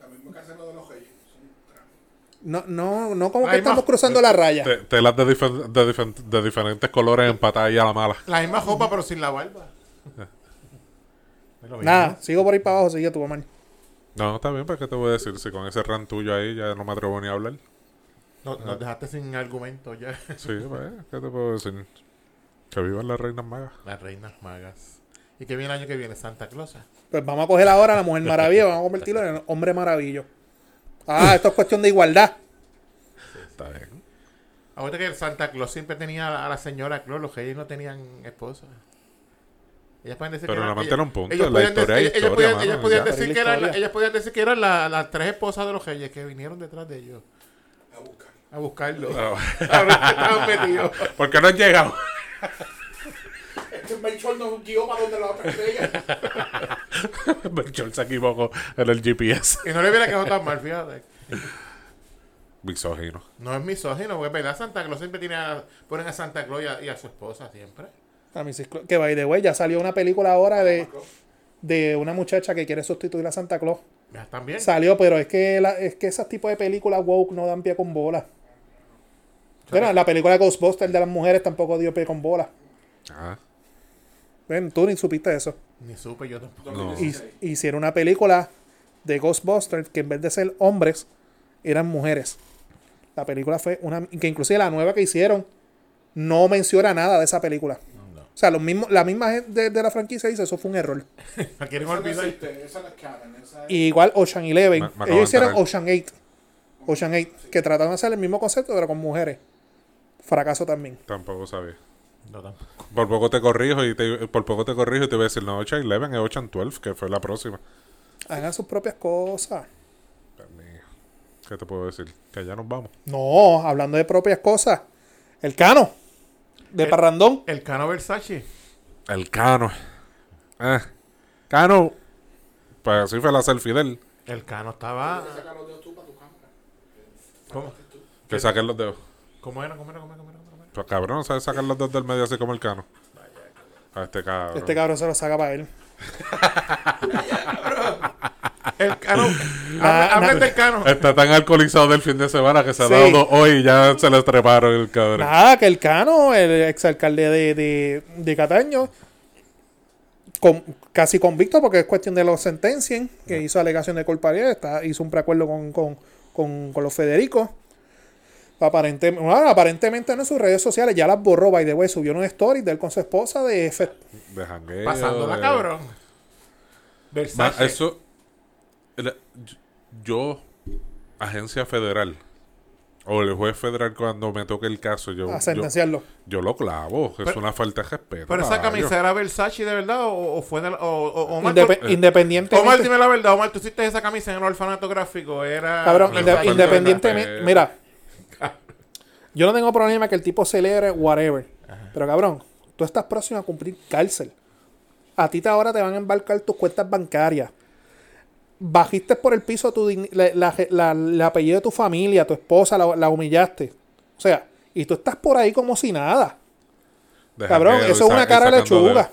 La misma que hacen lo de los reyes. Son
No,
tra-
no, no, como que
Hay
estamos
más-
cruzando la raya.
Te- Telas de, difer- de, difer- de diferentes colores empatadas ahí a la mala.
La misma ropa, pero sin la barba. Es lo mismo.
Nada, sigo por ahí para abajo, sigue tu mamá.
No, está bien, ¿para qué te voy a decir? Si con ese ran tuyo ahí ya no me atrevo ni a hablar.
No- nos dejaste sin argumento ya.
Sí, pues, ¿qué te puedo decir? Que vivan las reinas magas.
Las reinas magas. Y que viene el año que viene, Santa Claus.
Pues vamos a coger ahora a la mujer maravilla, vamos a convertirlo en hombre maravillo. Ah, esto es cuestión de igualdad.
Está bien.
Ahorita que el Santa Claus siempre tenía a la, a la señora Claus, los reyes no tenían esposa. Ellas pueden decir
Pero
que eran-
realmente
ellas-
era un punto,
ellos
la
podían
historia
dec-
es
ellas-
historia,
ellas podían-
mano,
ellas podían
ya.
decir que eran-
Historia.
Ellas podían decir que eran la- las tres esposas de los reyes que vinieron detrás de ellos
A buscar.
a buscarlo.
No.
Cabrón, que estaban metidos.
¿Por qué no han llegado?
Este Melchor no es un guión para donde la otra estrella.
Melchor Pues se equivocó en el GPS.
Y no le hubiera quedado tan mal, fíjate.
Misógino.
No es misógino, porque es verdad, Santa Claus siempre tiene a, ponen a Santa Claus y a, y a su esposa siempre.
A mí sí, que by the way, ya salió una película ahora de, de una muchacha que quiere sustituir a Santa Claus.
Ya están bien.
Salió, pero es que la- es que esos tipos de películas woke no dan pie con bola. Bueno, la película Ghostbusters de las mujeres tampoco dio pie con bola.
Ah,
Ven, tú ni supiste eso.
Ni supe yo tampoco.
No.
y-
2016.
hicieron una película de Ghostbusters que en vez de ser hombres eran mujeres. La película fue una que inclusive la nueva que hicieron no menciona nada de esa película. O sea, los mismos, la misma gente de, de la franquicia dice eso fue un error.
La quieren
Esa no
olvidar.
existe, esa no es canon. Esa es...
Y igual Ocean Eleven,
Me- me acabo de
ellos hicieron
enterar.
Ocean 8. Ocean 8, que trataron de hacer el mismo concepto pero con mujeres. Fracaso también.
tampoco sabía.
No, tampoco.
Por poco te corrijo y te, por poco te corrijo y te voy a decir, no, 8-11 es 8-12, que fue la próxima.
Hagan sus propias cosas.
Dios mío. ¿Qué te puedo decir? Que ya nos vamos.
No, hablando de propias cosas. El cano
Eh,
de
El-
Parrandón.
El Cano Versace.
El Cano. Ah, Cano. Pues así fue la selfie de él.
El Cano estaba.
Te saca los dedos tú para tu cámara.
¿Cómo,
Que saquen los dedos.
cómo era? ¿Cómo era? ¿Cómo era? ¿Cómo era? ¿Cómo era?
Pues cabrón, ¿sabes sacar los dedos del medio así como el Cano? A este cabrón.
Este cabrón se lo saca para él.
El cano.
Ah,
Hablen
na-
del cano.
Está tan alcoholizado del fin de semana que se ha
Sí.
dado hoy y ya se le treparon el cabrón.
Nada, que el Cano, el exalcalde de, de, de Cataño, con- casi convicto porque es cuestión de los sentencien, que hizo alegación de culpa está hizo un preacuerdo con, con, con, con los Federicos. Aparentemente, aparentemente no en sus redes sociales ya las borró, by the way, subió una story de él con su esposa de fe-
De jangueo,
Pasándola,
de-
cabrón.
Ma-
Versace.
eso. la- yo, agencia federal. O el juez federal cuando me toque el caso, Pues yo,
a
yo,
sentenciarlo.
yo lo clavo. que es
Pero-
una falta de respeto.
Pero esa
caballo.
camisa era Versace de verdad o, o fue de la, o, o- Omar,
Indepe-
tú- Omar,
independientemente.
dime la verdad, Omar, tú hiciste esa camisa en el orfanato gráfico, era
Cabrón,
Me
inde-
falta
independientemente.
respeto.
Mira, yo no tengo problema que el tipo celebre whatever. Pero cabrón, tú estás próximo a cumplir cárcel. A ti te- ahora te van a embarcar tus cuentas bancarias. Bajiste por el piso tu digni- la, la- la- el apellido de tu familia, tu esposa, la, la humillaste. O sea, y tú estás por ahí como si nada.
De
Cabrón,
jangueo,
eso es
y
una
sa- y
cara de
sacando
lechuga.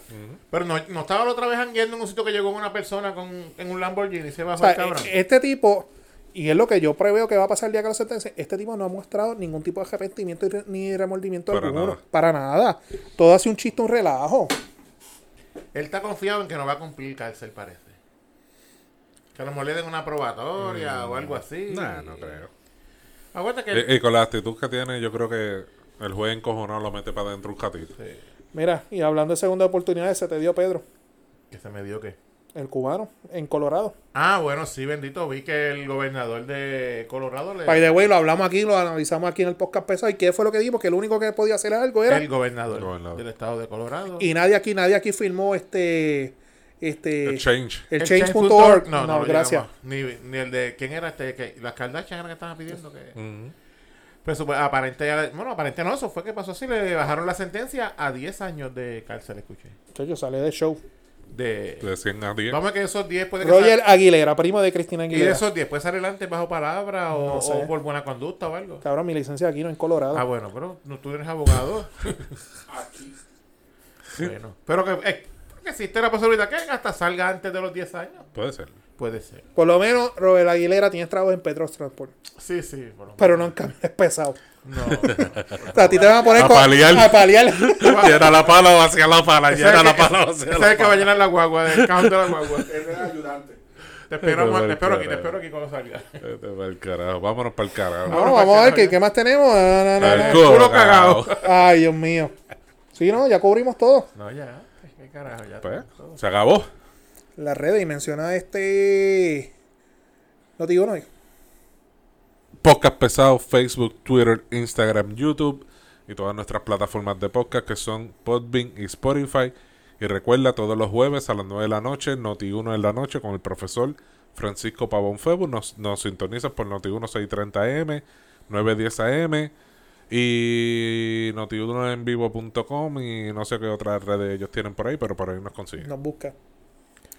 Pero no, no estaba la otra vez hangueando en un sitio que llegó una persona con, en un Lamborghini y se
O
bajó
sea,
el cabrón.
e- este tipo, y es lo que yo preveo que va a pasar el día que lo sentencien, este tipo no ha mostrado ningún tipo de arrepentimiento y re- ni remordimiento
Para
alguno.
nada.
Para nada. Todo hace un chiste, un relajo.
Él está confiado en que no va a cumplir cárcel, parece. Que a lo mejor le den una probatoria
Mm.
o algo así.
Nah, Ah, no creo.
Aguanta que...
Eh,
Mm. Y, y con la actitud que tiene, yo creo que el juez encojonado lo mete para adentro un ratito.
Mira, y hablando de segunda oportunidad, se te dio Pedro,
que se me dio que...
el cubano, en Colorado.
Ah, bueno, sí, bendito. Vi que el gobernador de Colorado le...
By the way, lo hablamos aquí, lo analizamos aquí en el podcast pesado. ¿Y qué fue lo que dijimos? Que el único que podía hacer algo era.
El gobernador,
El gobernador.
del estado de Colorado.
Y nadie aquí, nadie aquí firmó este. Este.
El change.
el
El
change.org.
change.org,
No,
lo
gracias.
llegamos. Ni, ni el de quién era este, que las Kardashian eran que estaban pidiendo que.
Ujú.
Pues supo- aparente, bueno, aparente no, eso fue que pasó así, le bajaron la sentencia a 10 años de cárcel, escuché.
Yo sale de show.
De
De 100 a 10.
Vamos a que esos 10 puede que
Roger
sal-
Aguilera, primo de Cristina
y de
Aguilera.
esos 10 puede salir antes bajo palabra o,
No sé.
o por buena conducta o algo.
Cabrón, mi licencia aquí no en Colorado.
Ah, bueno, pero no, tú eres abogado.
Aquí.
bueno, pero que, eh, que existe la posibilidad que hasta salga antes de los 10 años.
Puede ser.
Puede ser.
Por lo menos Robert Aguilera tiene trabajo en Petros Transport.
Sí, sí. por lo
Pero no en cambio es pesado.
menos. No.
O sea, a ti te van a poner
A
con-
paliar.
A paliar.
Llena la pala o hacia la pala.
Ese es
Llena
el
la
que-
pala o
ese
hacia
es el
la
que va a
pala.
llenar la guagua, el cajón de la guagua.
Él era ayudante.
Te espero, Juan, te espero aquí, te
Pero-
espero aquí cuando salga.
Vete pa'l carajo. Vámonos para el carajo.
No, vamos a ver qué, qué más tenemos. Ah, no, no,
Al
no.
culo
culo cagao.
cagao.
Ay, Dios mío. Sí, no, ya cubrimos todo.
No, ya. ¿Qué carajo? Ya.
Pues,
todo.
se acabó.
La red y menciona este. No te digo no.
Podcast Pesado, Facebook, Twitter, Instagram, YouTube y todas nuestras plataformas de podcast que son Podbean y Spotify. Y recuerda todos los jueves a las 9 de la noche, Noti 1 de la noche con el profesor Francisco Pavón Febu. Nos, nos sintonizas por Noti 1 630 AM, 910 AM y Noti 1 en vivo.com y no sé qué otras redes ellos tienen por ahí, pero por ahí nos consiguen.
Nos busca.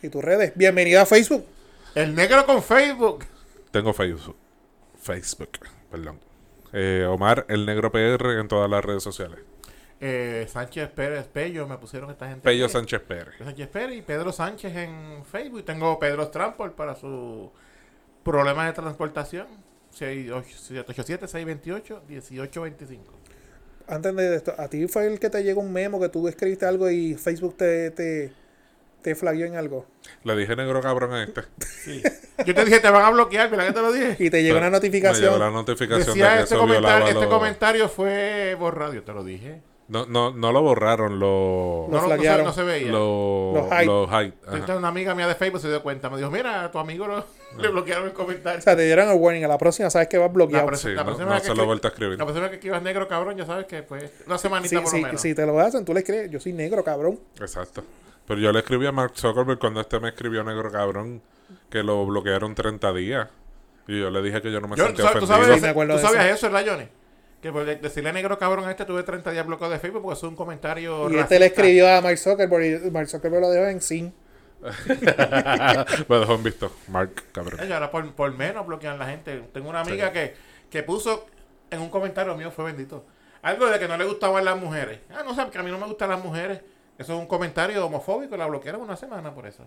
¿Y tus redes? Bienvenida a Facebook.
El negro con Facebook.
Tengo Facebook. Facebook, perdón. Eh, Omar, el negro PR en todas las redes sociales.
Eh, Sánchez Pérez Pello, me pusieron esta gente.
Pello
aquí.
Sánchez Pérez.
Sánchez Pérez y Pedro Sánchez en Facebook. Tengo Pedro Transport para su problema de transportación. 787-628-1825.
Antes de esto, a ti fue el que te llegó un memo que tú escribiste algo y Facebook te, te, te flagueó en algo.
Le dije negro cabrón a este.
Sí. Yo te dije, te van a bloquear, ¿verdad que te lo dije?
Y te llegó una
Pero Me
notificación.
llegó la notificación de
Decía
que
este
eso violaba
comentario, este
lo-
comentario fue borrado, yo te lo dije.
No, no, no lo borraron, lo...
Lo
No, no, no, se,
flaguearon.
no se veía.
Lo,
Lo hide.
lo hide, ajá. Ah.
Entonces una amiga mía de Facebook se dio cuenta. Me dijo, mira, a tu amigo lo- le bloquearon el comentario.
O sea, te dieron el warning. A la próxima sabes que vas bloqueado.
La
Sí, no,
la próxima
no
que
se lo
escri-
he vuelto a escribir.
La persona que escribas negro, cabrón, ya sabes que pues una semanita
Si,
por
si-
lo menos.
si te lo hacen, tú le crees. Yo soy negro, cabrón.
Exacto. Pero yo le escribí a Mark Zuckerberg cuando este me escribió negro cabrón que lo bloquearon 30 días. Y yo le dije que yo no me
Yo, tú,
sentía
sabes, tú
ofendido.
sabes-
Sí, me acuerdo
tú
de
sabías
eso.
eso, ¿verdad, Johnny? Que por de- decirle negro, cabrón, a este tuve 30 días bloqueado de Facebook porque es un comentario
Y
racista.
este le escribió a Mark Zuckerberg y Mark Zuckerberg lo dejó en sin.
me dejó en visto. Mark, cabrón.
Ay, ahora por, por menos bloquean la gente. Tengo una amiga que, que puso en un comentario mío, fue bendito, algo de que no le gustaban las mujeres. Ah, no sé, que a mí no me gustan las mujeres. Eso es un comentario homofóbico, la bloquearon una semana por eso.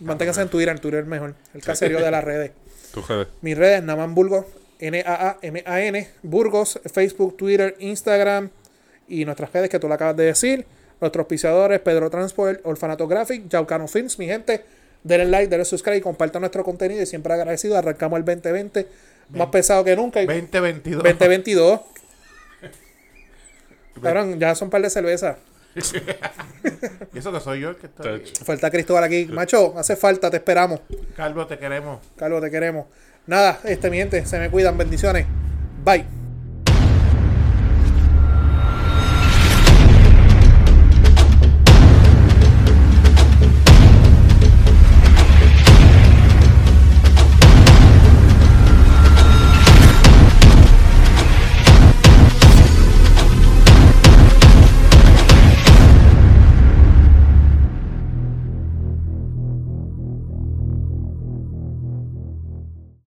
Manténgase en Twitter, en Twitter es mejor. El caserío de las redes.
Tus redes.
Mis redes, Naman Burgos, N-A-A-M-A-N, Burgos, Facebook, Twitter, Instagram y nuestras redes que tú le acabas de decir. Nuestros auspiciadores, Pedro Transport, Orfanato Graphic, Yaucano Films, mi gente. Denle like, denle subscribe y compartan nuestro contenido. Y siempre agradecido, arrancamos el 2020 más pesado que nunca. y
2022.
2022. Cabrón, ya son un par de cervezas.
Y eso que soy yo el que estoy.
Falta Cristóbal aquí. Macho, hace falta, te esperamos.
Calvo, te queremos.
Calvo, te queremos. Nada, este, mi gente, se me cuidan, bendiciones. Bye.